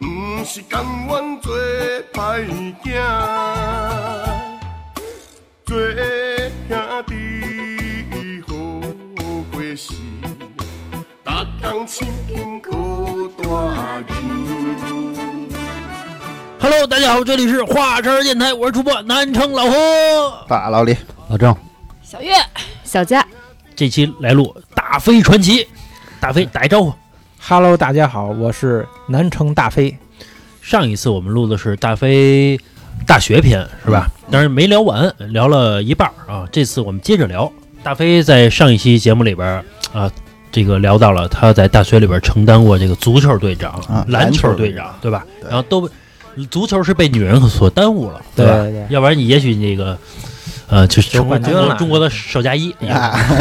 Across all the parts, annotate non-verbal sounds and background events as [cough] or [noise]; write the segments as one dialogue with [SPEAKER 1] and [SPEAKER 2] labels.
[SPEAKER 1] 毋是甘愿做歹囝，做兄弟好过是，逐工亲近靠大娘。
[SPEAKER 2] Hello，大家好，这里是华山电台，我是主播南城老何。
[SPEAKER 3] 大老李，
[SPEAKER 2] 老郑，
[SPEAKER 4] 小月，小佳，
[SPEAKER 2] 这期来录大飞传奇，大飞打一招呼。
[SPEAKER 5] Hello，大家好，我是南城大飞。
[SPEAKER 2] 上一次我们录的是大飞大学篇，是吧？但是嗯没聊完，聊了一半儿啊。这次我们接着聊。大飞在上一期节目里边儿啊，这个聊到了他在大学里边儿承担过这个足球队长、
[SPEAKER 3] 啊
[SPEAKER 2] 篮球
[SPEAKER 3] 篮球队
[SPEAKER 2] 队长，对吧？
[SPEAKER 3] 对
[SPEAKER 2] 然后都被足球是被女人所耽误了，吧？
[SPEAKER 5] 对对
[SPEAKER 2] 要不然你也许那个呃，就是
[SPEAKER 5] 得
[SPEAKER 2] 成为
[SPEAKER 5] 冠军
[SPEAKER 2] 中国
[SPEAKER 5] 了
[SPEAKER 2] 中国的首嫁衣，也
[SPEAKER 3] 啊
[SPEAKER 2] [laughs]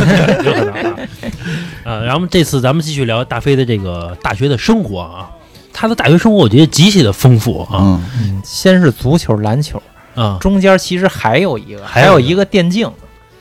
[SPEAKER 2] 有可能啊。呃，然后这次咱们继续聊大飞的这个大学的生活啊，他的大学生活我觉得极其的丰富啊
[SPEAKER 3] 嗯，
[SPEAKER 5] 嗯，先是足球、篮球，
[SPEAKER 2] 啊！
[SPEAKER 5] 中间其实还有一个，
[SPEAKER 2] 还
[SPEAKER 5] 还
[SPEAKER 2] 有
[SPEAKER 5] 有一个电竞。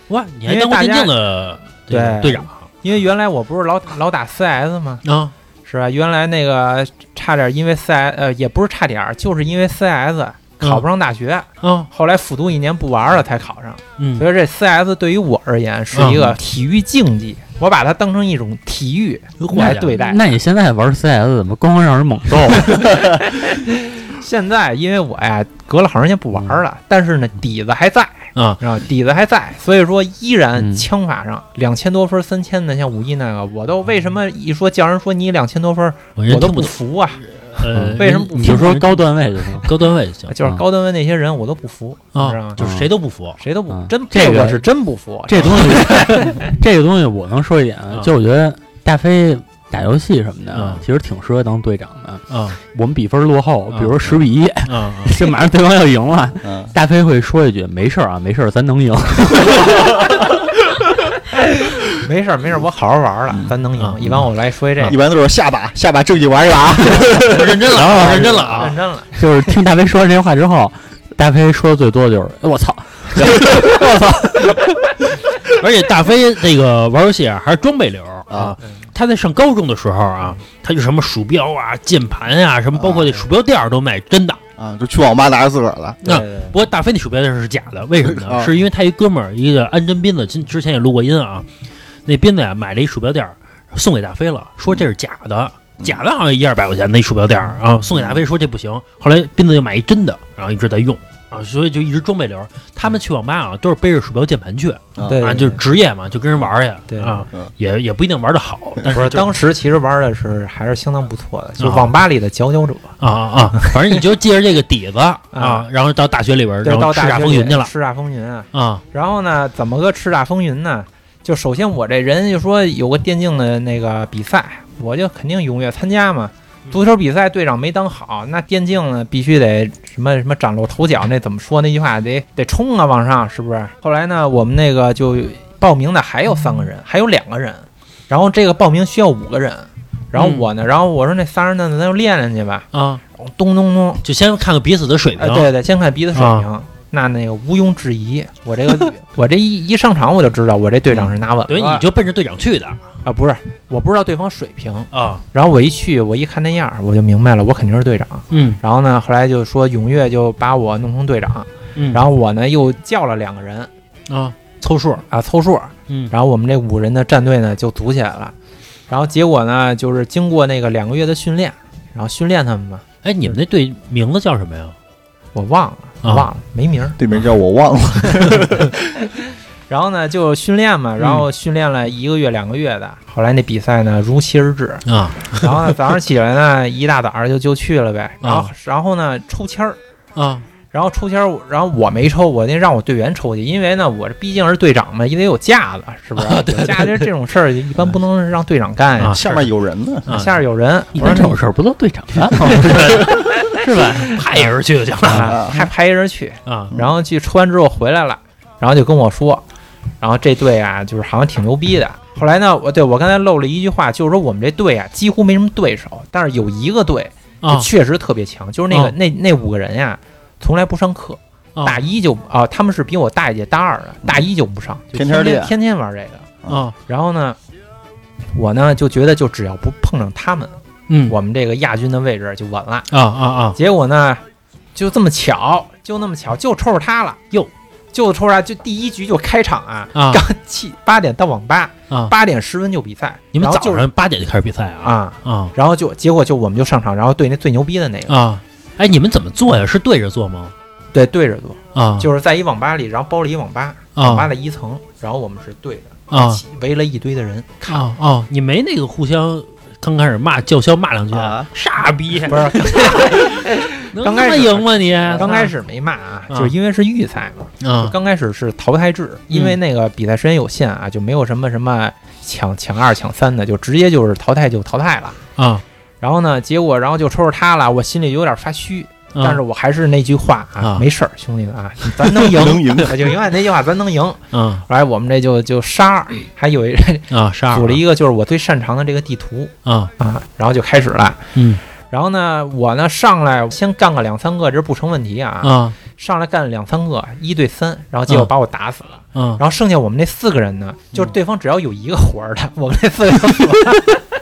[SPEAKER 2] 哇，你还当过电竞的这个
[SPEAKER 5] 对
[SPEAKER 2] 队长
[SPEAKER 5] 因为原来我不是老老打 CS 吗？
[SPEAKER 2] 啊？
[SPEAKER 5] 是吧？原来那个差点因为 CS，呃，也不是差点儿，就是因为 CS 考不上大学，
[SPEAKER 2] 啊，
[SPEAKER 5] 后来复读一年不玩了才考上。
[SPEAKER 2] 嗯
[SPEAKER 5] 所以这 CS 对于我而言是一个体育竞技，我把它当成一种体育来对待。
[SPEAKER 6] 那你现在玩 CS 怎么光让人猛揍？
[SPEAKER 5] [laughs] 现在因为我呀隔了好长时间不玩
[SPEAKER 6] 嗯
[SPEAKER 5] 了，但是呢底子还在
[SPEAKER 2] 啊，
[SPEAKER 5] 然后底子还在，所以说依然
[SPEAKER 6] 嗯
[SPEAKER 5] 枪法上两千多分、三千的，像五一那个，我都为什
[SPEAKER 6] 嗯
[SPEAKER 5] 么一说叫人说你两千多分，
[SPEAKER 2] 我
[SPEAKER 5] 我
[SPEAKER 2] 人
[SPEAKER 5] 都
[SPEAKER 2] 听不
[SPEAKER 5] 不
[SPEAKER 2] 懂，
[SPEAKER 5] 服啊？
[SPEAKER 2] 呃，
[SPEAKER 5] 为什么不
[SPEAKER 6] 你就说高段位就
[SPEAKER 3] 啊
[SPEAKER 6] 行。
[SPEAKER 2] 高段位就行
[SPEAKER 6] 嗯
[SPEAKER 5] 就是高端位那些人我都不服，你知道
[SPEAKER 2] 啊？
[SPEAKER 5] 吗？
[SPEAKER 2] 就是谁都不服，
[SPEAKER 5] 谁都不
[SPEAKER 6] 嗯
[SPEAKER 5] 真，
[SPEAKER 6] 这个
[SPEAKER 5] 我是真不服。
[SPEAKER 6] 这东西， [laughs] 这个东西我能说一点啊，就我觉得大飞打游戏什么的啊
[SPEAKER 2] 嗯，
[SPEAKER 6] 其实挺适合当队长的。
[SPEAKER 2] 啊
[SPEAKER 6] 我们比分落后，
[SPEAKER 2] 嗯
[SPEAKER 6] 比如十比一， [laughs]
[SPEAKER 2] 啊
[SPEAKER 5] [laughs]
[SPEAKER 2] 啊！
[SPEAKER 6] 这马上对方要赢了，
[SPEAKER 3] 嗯，
[SPEAKER 6] 大飞会说一句：“没事儿啊，没事儿，咱能赢。
[SPEAKER 5] [laughs] 没事儿没事儿，我好好玩了，咱能
[SPEAKER 2] 嗯
[SPEAKER 5] 赢。一般我来说这
[SPEAKER 3] 一
[SPEAKER 5] 个，
[SPEAKER 3] 般都是下把下把正经玩一把啊，
[SPEAKER 2] 我认真了啊，我认真了
[SPEAKER 5] 认
[SPEAKER 2] 啊！
[SPEAKER 5] 真了，”
[SPEAKER 6] [laughs] 就是听大飞说完这些话之后，大飞说的最多就是：“哎我
[SPEAKER 3] [laughs]
[SPEAKER 6] 操，
[SPEAKER 2] [laughs] 而且大飞那个玩游戏啊，还是装备流啊。他在上高中的时候啊，他就什么鼠标啊、键盘啊，什么包括那鼠标垫儿都卖真的。
[SPEAKER 3] 啊，就去网吧拿着自个儿了，
[SPEAKER 2] 那
[SPEAKER 5] 对对
[SPEAKER 2] 不过大飞那鼠标垫儿是假的，为什么呢？
[SPEAKER 3] 啊
[SPEAKER 2] 是因为他一哥们儿，一个安贞斌子，之之前也录过音啊。那斌子呀、买了一鼠标垫儿送给大飞了，说这是假的，
[SPEAKER 3] 嗯
[SPEAKER 2] 假的好像一二百块钱那鼠标垫儿啊，送给大飞说这不行。后来斌子就买一真的，然后一直在用啊，所以就一直装备流。他们去网吧啊，都是背着鼠标键盘去。
[SPEAKER 3] 啊
[SPEAKER 5] 对
[SPEAKER 2] 啊，
[SPEAKER 5] 对，
[SPEAKER 2] 就是职业嘛，就跟人玩儿去，
[SPEAKER 5] 对
[SPEAKER 2] 啊
[SPEAKER 3] 嗯，
[SPEAKER 2] 也也不一定玩的好，但
[SPEAKER 5] 不
[SPEAKER 2] 是
[SPEAKER 5] 是
[SPEAKER 2] 就
[SPEAKER 5] 当时其实玩的是还是相当不错的，就
[SPEAKER 2] 啊
[SPEAKER 5] 网吧里的佼佼者，
[SPEAKER 2] 啊啊啊， [laughs] 反正你就借着这个底子啊
[SPEAKER 5] 啊，
[SPEAKER 2] 然后到大学里边儿，
[SPEAKER 5] 就
[SPEAKER 2] 然
[SPEAKER 5] 是
[SPEAKER 2] 后
[SPEAKER 5] 到
[SPEAKER 2] 叱
[SPEAKER 5] 大
[SPEAKER 2] 咤
[SPEAKER 5] 学
[SPEAKER 2] 风
[SPEAKER 5] 里
[SPEAKER 2] 云去了
[SPEAKER 5] 叱咤风云啊。
[SPEAKER 2] 啊
[SPEAKER 5] 然后呢，怎么个叱咤风云呢？就首先我这人就说有个电竞的那个比赛，我就肯定踊跃参加嘛。足球比赛队长没当好，那电竞呢必须得什么什么崭露头角，那怎么说那句话得得冲啊往上，是不是？后来呢，我们那个就报名的还有三个人，还有两个人，然后这个报名需要五个人，然后我呢，然后我说那仨人呢，咱就练练去吧，
[SPEAKER 2] 啊，
[SPEAKER 5] 咚咚咚，
[SPEAKER 2] 就先看看彼此的水
[SPEAKER 5] 哎，
[SPEAKER 2] 平，
[SPEAKER 5] 对对，先看鼻子水
[SPEAKER 2] 啊
[SPEAKER 5] 平。那那个毋庸置疑，我
[SPEAKER 2] [laughs]
[SPEAKER 5] 这个我这一一上场我就知道我这队
[SPEAKER 2] 嗯
[SPEAKER 5] 长是拿稳了。
[SPEAKER 2] 对，你就奔着队长去的
[SPEAKER 5] 啊不是，我不知道对方水平，
[SPEAKER 2] 啊，
[SPEAKER 5] 然后我一去，我一看那样儿，我就明白了，我肯定是队长。
[SPEAKER 2] 嗯
[SPEAKER 5] 然后呢，后来就说踊跃就把我弄成队长，
[SPEAKER 2] 嗯，
[SPEAKER 5] 然后我呢又叫了两个人
[SPEAKER 2] 后啊凑数，
[SPEAKER 5] 啊凑数，
[SPEAKER 2] 嗯
[SPEAKER 5] 然后我们这五人的战队呢就组起来了。然后结果呢，就是经过那个两个月的训练，然后训练他们嘛，
[SPEAKER 2] 哎，你们那队名字叫什么呀？
[SPEAKER 5] 我忘了，
[SPEAKER 2] 啊
[SPEAKER 5] 忘了没名儿。
[SPEAKER 3] 对面叫我忘了，
[SPEAKER 5] [laughs] 然后呢，就训练
[SPEAKER 2] 嗯
[SPEAKER 5] 嘛，然后训练了一个月、两个月的。后来那比赛呢，如期而至。
[SPEAKER 2] 啊
[SPEAKER 5] 然后呢，早上起来呢，一大早上就就去了呗。然后，然后呢，抽签儿，
[SPEAKER 2] 啊
[SPEAKER 5] 然后抽签儿，然后我没抽，我那让我队员抽去，因为呢，我这毕竟是队长嘛，也得有架子，是不是？有架子这种事儿一般不能让队长干呀
[SPEAKER 2] 啊，。
[SPEAKER 3] 哎下面有人呢，
[SPEAKER 2] 啊
[SPEAKER 5] 下边有人，
[SPEAKER 6] 一
[SPEAKER 5] 我
[SPEAKER 6] 般
[SPEAKER 5] 说
[SPEAKER 6] 这种事儿不都队长干吗？是吧？
[SPEAKER 2] 派一人去就行了
[SPEAKER 5] 啊，还派一人去， [laughs]
[SPEAKER 2] 啊
[SPEAKER 5] 然后去抽完之后回来了，然后就跟我说，然后这队啊，就是好像挺牛逼的。后来呢，我对我刚才漏了一句话，就是说我们这队啊几乎没什么对手，但是有一个队就
[SPEAKER 2] 啊
[SPEAKER 5] 确实特别强，就是那个、那那五个人呀、从来不上课，
[SPEAKER 2] 啊
[SPEAKER 5] 大一就啊、他们是比我大一届大二的，大一就不上，就
[SPEAKER 3] 天
[SPEAKER 5] 天
[SPEAKER 3] 天练
[SPEAKER 5] 天天玩这个。
[SPEAKER 2] 啊
[SPEAKER 5] 然后呢，我呢就觉得就只要不碰上他们，
[SPEAKER 2] 嗯，
[SPEAKER 5] 我们这个亚军的位置就稳了。
[SPEAKER 2] 啊啊啊，
[SPEAKER 5] 结果呢，就这么巧，就那么巧，就抽着他了，
[SPEAKER 2] 哟，
[SPEAKER 5] 就抽着他，就第一局就开场啊，
[SPEAKER 2] 啊
[SPEAKER 5] 刚七八点到网吧，
[SPEAKER 2] 啊！
[SPEAKER 5] 八点十分就比赛，
[SPEAKER 2] 你们
[SPEAKER 5] 然后就
[SPEAKER 2] 早上八点就开始比赛啊？
[SPEAKER 5] 啊，
[SPEAKER 2] 啊
[SPEAKER 5] 然后就结果就我们就上场，然后对那最牛逼的那个，
[SPEAKER 2] 啊！哎，你们怎么做呀？是对着做吗？
[SPEAKER 5] 对对着坐，
[SPEAKER 2] 啊，
[SPEAKER 5] 就是在一网吧里，然后包了一网吧，网吧
[SPEAKER 2] 啊
[SPEAKER 5] 在一层，然后我们是对着，
[SPEAKER 2] 啊
[SPEAKER 5] 围了一堆的人，
[SPEAKER 2] 啊啊！你没那个互相刚开始骂叫嚣骂两句
[SPEAKER 3] 啊，
[SPEAKER 2] 傻逼，
[SPEAKER 5] 不是
[SPEAKER 2] 能
[SPEAKER 5] 刚
[SPEAKER 2] 他
[SPEAKER 5] 开
[SPEAKER 2] 妈
[SPEAKER 5] 始
[SPEAKER 2] 赢吗你？
[SPEAKER 5] 刚开始没骂啊，
[SPEAKER 2] 啊
[SPEAKER 5] 就是因为是预赛嘛，就
[SPEAKER 2] 啊
[SPEAKER 5] 刚开始是淘汰制，因为那个比赛时间有限啊，就没有什么什么抢抢二抢三的，就直接就是淘汰就淘汰了。
[SPEAKER 2] 啊，
[SPEAKER 5] 然后呢，结果然后就抽着他了，我心里有点发虚，但
[SPEAKER 2] 啊
[SPEAKER 5] 是我还是那句话嗯啊，
[SPEAKER 2] 啊
[SPEAKER 5] 没事儿，兄弟们啊，咱能赢，
[SPEAKER 3] 能赢
[SPEAKER 5] [laughs] 就永远那句话，咱能赢。
[SPEAKER 2] 啊
[SPEAKER 5] 来，我们这就就杀二，还有一
[SPEAKER 2] 啊，杀
[SPEAKER 5] 组了一个就是我最擅长的这个地图
[SPEAKER 2] 啊，
[SPEAKER 5] 啊，然后就开始了。
[SPEAKER 2] 嗯
[SPEAKER 5] 然后呢，我呢上来先干个两三个，这不成问题啊。
[SPEAKER 2] 啊
[SPEAKER 5] 上来干了两三个，一对三，然后结果把我打死了。
[SPEAKER 2] 啊
[SPEAKER 5] 然后剩下我们那四个人呢，
[SPEAKER 2] 嗯
[SPEAKER 5] 就是对方只要有一个活儿的，我们那四个人就死了。 [laughs]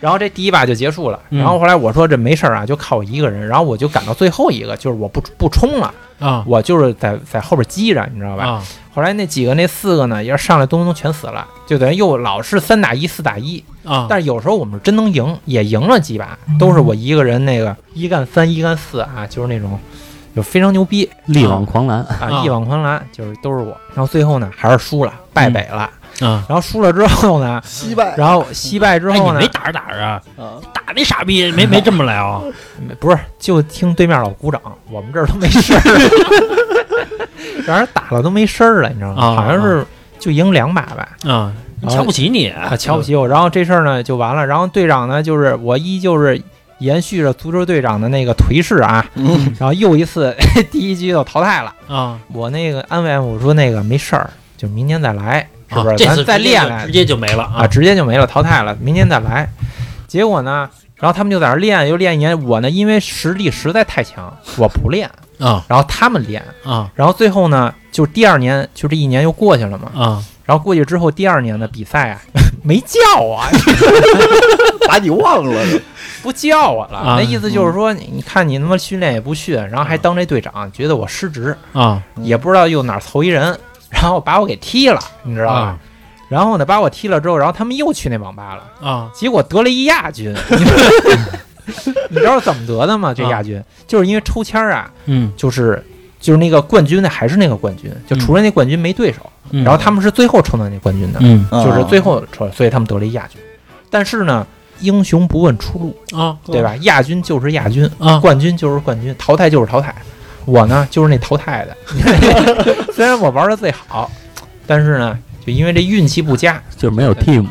[SPEAKER 5] 然后这第一把就结束了。
[SPEAKER 2] 嗯
[SPEAKER 5] 然后后来我说这没事儿啊，就靠我一个人。然后我就赶到最后一个，就是我不不冲了，
[SPEAKER 2] 啊
[SPEAKER 5] 我就是在在后边积着，你知道吧？
[SPEAKER 2] 啊
[SPEAKER 5] 后来那几个那四个呢，也是上来咚咚全死了，就等于又老是三打一四打一。
[SPEAKER 2] 啊！嗯
[SPEAKER 5] 但是有时候我们真能赢，也赢了几把，都是我一个人那个一干三一干四啊，就是那种就非常牛逼
[SPEAKER 6] 力挽狂澜，
[SPEAKER 5] 啊
[SPEAKER 2] 啊，嗯
[SPEAKER 5] 力挽狂澜，就是都是我。然后最后呢，还是输了，败北了。
[SPEAKER 2] 啊，
[SPEAKER 5] 然后输了之后呢，
[SPEAKER 3] 惜败
[SPEAKER 5] 然后惜败之
[SPEAKER 2] 哎，
[SPEAKER 5] 后
[SPEAKER 2] 你
[SPEAKER 5] 呢
[SPEAKER 2] 没，打着打着啊，
[SPEAKER 3] 啊，
[SPEAKER 2] 打那傻逼没没这么来啊？
[SPEAKER 5] 不是就听对面老鼓掌，我们这儿都没 [laughs] 事儿，让人打了都没声儿了，你知道吗？
[SPEAKER 2] 啊
[SPEAKER 5] 好像是就赢两把吧。
[SPEAKER 2] 啊，你瞧不起你啊
[SPEAKER 5] 啊，瞧不起我。然后这事儿呢就完了。然后队长呢，就是我依旧是延续着足球队长的那个颓势啊，
[SPEAKER 3] 嗯
[SPEAKER 5] 然后又一次 [laughs] 第一局就淘汰了。
[SPEAKER 2] 啊！
[SPEAKER 5] 我那个安慰安慰我说那个没事儿，就明年再来，是不是？
[SPEAKER 2] 啊这
[SPEAKER 5] 咱
[SPEAKER 2] 次
[SPEAKER 5] 再
[SPEAKER 2] 直接
[SPEAKER 5] 练
[SPEAKER 2] 就
[SPEAKER 5] 练
[SPEAKER 2] 直接就没了
[SPEAKER 5] 啊，
[SPEAKER 2] 啊
[SPEAKER 5] 直接就没了，淘汰了，明年再来。结果呢，然后他们就在那儿练，又练一年。我呢，因为实力实在太强，我不练，
[SPEAKER 2] 啊
[SPEAKER 5] 然后他们练，
[SPEAKER 2] 啊
[SPEAKER 5] 然后最后呢，就第二年，就这一年又过去了嘛。
[SPEAKER 2] 啊！
[SPEAKER 5] 然后过去之后，第二年的比赛啊，没叫啊， [laughs]
[SPEAKER 3] 把你忘了都，
[SPEAKER 5] 不叫我了。
[SPEAKER 2] 啊
[SPEAKER 5] 那意思就是说，你你看你他妈训练也不训，然后还当这队长，觉得我失职，
[SPEAKER 2] 啊
[SPEAKER 3] 嗯
[SPEAKER 5] 也不知道又哪儿凑一人，然后把我给踢了，你知道吧？
[SPEAKER 2] 啊
[SPEAKER 5] 然后呢，把我踢了之后，然后他们又去那网吧了，
[SPEAKER 2] 啊
[SPEAKER 5] 结果得了一
[SPEAKER 2] [laughs]
[SPEAKER 5] 亚军。你知道怎么得的吗？这
[SPEAKER 2] 啊
[SPEAKER 5] 亚军、就是因为抽签儿啊，
[SPEAKER 2] 嗯，
[SPEAKER 5] 就是就是那个冠军的还是那个冠军，就除了那冠军没对手，
[SPEAKER 2] 嗯
[SPEAKER 5] 然后他们是最后抽到那冠军的，
[SPEAKER 2] 嗯
[SPEAKER 5] 就是最后抽，所以他们得了一亚军。但是呢，英雄不问出路，
[SPEAKER 2] 啊
[SPEAKER 5] 对吧？亚军就是亚军，
[SPEAKER 2] 啊
[SPEAKER 5] 冠军就是冠军，淘汰就是淘汰。我呢，就是那淘
[SPEAKER 2] [laughs]
[SPEAKER 5] 汰的，虽然我玩的最好，但是呢，就因为这运气不佳，
[SPEAKER 6] 就是没有 team，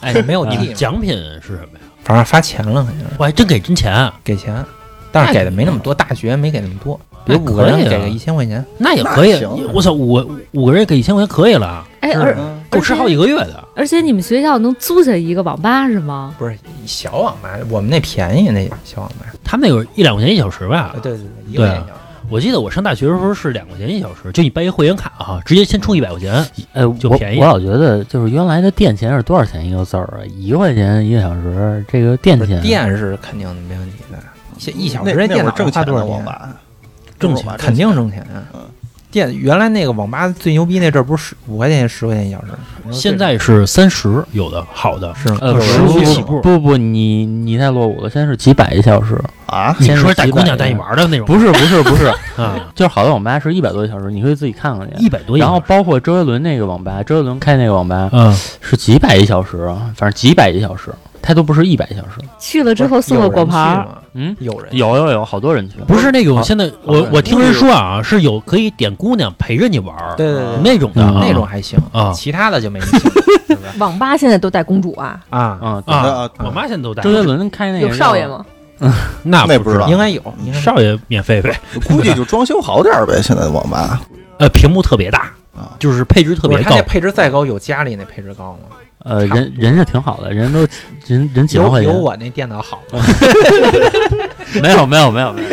[SPEAKER 5] 哎，没有
[SPEAKER 2] 你
[SPEAKER 5] 地
[SPEAKER 2] 们
[SPEAKER 5] 嘛，
[SPEAKER 2] 奖品是什么呀？
[SPEAKER 5] 反正发钱了，肯定是
[SPEAKER 2] 我还真给真钱啊，
[SPEAKER 5] 给钱，但是给的没那么多，大学没给那么多，比如
[SPEAKER 2] 那
[SPEAKER 5] 五个人
[SPEAKER 2] 可以啊
[SPEAKER 5] 给个一千块钱，
[SPEAKER 2] 那也
[SPEAKER 3] 那
[SPEAKER 2] 可以
[SPEAKER 3] 行。
[SPEAKER 2] 我操，五五个人给一千块钱可以了，
[SPEAKER 4] 哎，
[SPEAKER 5] 是
[SPEAKER 4] 而
[SPEAKER 3] 嗯
[SPEAKER 2] 够吃好几个月的
[SPEAKER 4] 而且你们学校能租下一个网吧是吗？
[SPEAKER 5] 不是小网吧，我们那便宜那小网吧，
[SPEAKER 2] 他们那有一两块钱一小时吧
[SPEAKER 5] 啊，？对对对，一
[SPEAKER 2] 对
[SPEAKER 5] 个
[SPEAKER 2] 啊
[SPEAKER 5] 人要
[SPEAKER 2] 我记得我上大学的时候是两块钱一小时，就你办一会员卡哈、直接先充一百块钱
[SPEAKER 6] 呃，
[SPEAKER 2] 就
[SPEAKER 6] 我
[SPEAKER 2] 便宜
[SPEAKER 6] 我老觉得就是原来的店钱是多少钱一个字儿啊？一块钱一个小时，这个店
[SPEAKER 5] 不是
[SPEAKER 6] 钱
[SPEAKER 5] 电是肯定没问题的，现一小时
[SPEAKER 3] 那
[SPEAKER 5] 这电
[SPEAKER 3] 那会
[SPEAKER 5] 脑
[SPEAKER 3] 儿挣
[SPEAKER 5] 花
[SPEAKER 3] 钱
[SPEAKER 5] 多
[SPEAKER 3] 的
[SPEAKER 5] 少
[SPEAKER 3] 网
[SPEAKER 5] 钱？
[SPEAKER 3] 吧，
[SPEAKER 2] 挣
[SPEAKER 3] 网吧
[SPEAKER 2] 钱。
[SPEAKER 5] 肯定挣钱啊
[SPEAKER 3] 嗯！
[SPEAKER 5] 店原来那个网吧最牛逼那阵儿不是十五块钱十块钱一小时，
[SPEAKER 2] 现在是三十，有的好的。
[SPEAKER 5] 是吗
[SPEAKER 6] 呃，
[SPEAKER 2] 就是
[SPEAKER 6] 不
[SPEAKER 2] 15起
[SPEAKER 6] 不
[SPEAKER 2] 步
[SPEAKER 6] 不不，你你太落伍了，现在是几百一小时，
[SPEAKER 3] 啊，
[SPEAKER 2] 你
[SPEAKER 6] 现在
[SPEAKER 2] 说
[SPEAKER 6] 是
[SPEAKER 2] 带
[SPEAKER 6] 几
[SPEAKER 2] 姑
[SPEAKER 6] 百
[SPEAKER 2] 娘带
[SPEAKER 6] 一
[SPEAKER 2] 你
[SPEAKER 6] 个
[SPEAKER 2] 玩的那种
[SPEAKER 6] 不是不是 [laughs] 不是，
[SPEAKER 2] 啊，
[SPEAKER 6] 就是好的网吧是一百多一小时，你可以自己看看去。
[SPEAKER 2] 一百多一
[SPEAKER 6] 然
[SPEAKER 2] 小
[SPEAKER 6] 后
[SPEAKER 2] 时，
[SPEAKER 6] 包括周杰伦那个网吧，周杰伦开那个网吧
[SPEAKER 2] 嗯，
[SPEAKER 6] 是几百一小时啊，反正几百一小时，它都不是一百一小时。
[SPEAKER 4] 去了之后送个果盘儿，
[SPEAKER 6] 嗯，
[SPEAKER 5] 有人去吗
[SPEAKER 6] 有有有，好多人去。
[SPEAKER 2] 不是那种现在我
[SPEAKER 6] 好
[SPEAKER 2] 我听人说啊，是有可以点姑娘陪着你玩儿
[SPEAKER 5] 对对对，
[SPEAKER 2] 那种的啊
[SPEAKER 5] 那种还行
[SPEAKER 2] 啊
[SPEAKER 5] 其他的就没那么行，是吧？
[SPEAKER 4] 网吧现在都带公主啊，
[SPEAKER 5] 啊，
[SPEAKER 6] 嗯，对
[SPEAKER 2] 啊
[SPEAKER 3] 啊，
[SPEAKER 2] 我妈现在都带
[SPEAKER 6] 周杰伦开那
[SPEAKER 5] 哎
[SPEAKER 6] 个
[SPEAKER 4] 有少爷？吗？
[SPEAKER 2] 那
[SPEAKER 3] 那
[SPEAKER 2] 不
[SPEAKER 3] 不知道
[SPEAKER 5] 应该有，应该有
[SPEAKER 2] 少爷免费呗，
[SPEAKER 3] 估计就装修好点儿呗，现在的网吧
[SPEAKER 2] 呃，屏幕特别大
[SPEAKER 3] 啊，
[SPEAKER 2] 就是配置特
[SPEAKER 5] 不
[SPEAKER 2] 别
[SPEAKER 5] 是他
[SPEAKER 2] 高
[SPEAKER 5] 那配置再高，有家里那配置高吗？
[SPEAKER 6] 呃，人人是挺好的，人都人人几万
[SPEAKER 5] 有
[SPEAKER 6] 块
[SPEAKER 5] 有
[SPEAKER 6] 钱，
[SPEAKER 5] 我那电脑好
[SPEAKER 2] [laughs]
[SPEAKER 5] 吗？
[SPEAKER 6] [laughs] 没有没有没有没有，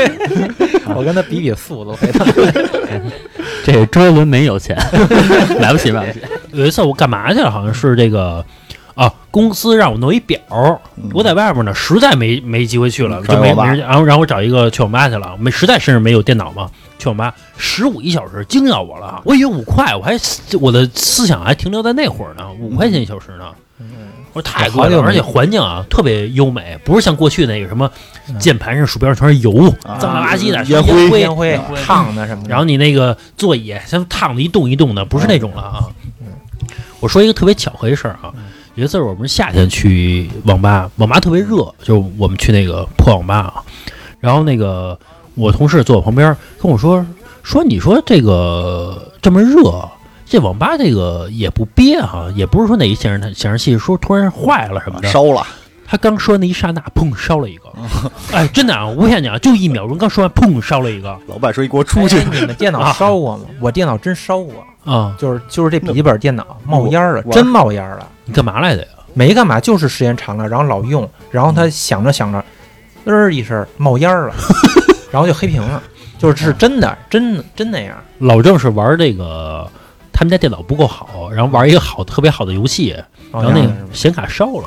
[SPEAKER 5] 我跟他比比速度，
[SPEAKER 2] [laughs]
[SPEAKER 5] 回头
[SPEAKER 6] 这周杰伦没有钱，买不起买不起。
[SPEAKER 2] 有一次我干嘛去了？好像是这个，啊、啊，公司让我弄一表，
[SPEAKER 3] 嗯
[SPEAKER 2] 我在外边呢，实在没没机会去了，
[SPEAKER 3] 找
[SPEAKER 2] 就没
[SPEAKER 3] 网吧
[SPEAKER 2] 没人，然后然后我找一个去网吧去了，没实在身上没有电脑嘛，去网吧十五一小时，惊到我了，我以为五块，我还我的思想还停留在那会儿呢，五块钱一小时呢，
[SPEAKER 3] 嗯
[SPEAKER 2] 我说太贵
[SPEAKER 5] 好久
[SPEAKER 2] 了，
[SPEAKER 5] 没
[SPEAKER 2] 而且环境啊特别优美，不是像过去那个什么键盘上、鼠标上全是油，
[SPEAKER 3] 嗯啊
[SPEAKER 2] 脏了吧唧的，
[SPEAKER 3] 烟
[SPEAKER 2] 全是
[SPEAKER 5] 烟灰烫的什么的，
[SPEAKER 2] 然后你那个座椅像烫的一动一动的，不是那种了啊。我说一个特别巧合的事儿啊，有一次我们夏天去网吧，网吧特别热，就是我们去那个破网吧啊，然后那个我同事坐我旁边跟我说说，你说这个这么热。这网吧这个也不憋哈、也不是说哪一显示显示器说突然坏了 [laughs] 什么的，
[SPEAKER 3] 烧了，
[SPEAKER 2] 他刚说那一刹那，砰烧了一个，哎，真的啊，我不骗你啊，就一秒钟，刚说完，砰烧了一个
[SPEAKER 3] 老板说你给我
[SPEAKER 5] 哎
[SPEAKER 3] 出去，
[SPEAKER 5] 你们电脑烧过吗？我电脑真烧过，
[SPEAKER 2] 啊！
[SPEAKER 5] 就是就是这笔记本电脑冒烟儿了，
[SPEAKER 3] 我
[SPEAKER 5] 真冒烟儿了。
[SPEAKER 2] 你干嘛来的呀？
[SPEAKER 5] 没干嘛，就是时间长了，然后老用，然后他想着想着，嘚儿一声冒
[SPEAKER 2] [laughs]
[SPEAKER 5] 烟儿了，然后就黑屏了，就是是真的，真的真那样。
[SPEAKER 2] 老郑是玩这个，他们家电脑不够好，然后玩一个好特别好的游戏，
[SPEAKER 5] 然
[SPEAKER 2] 然哦后那个嗯显卡烧了，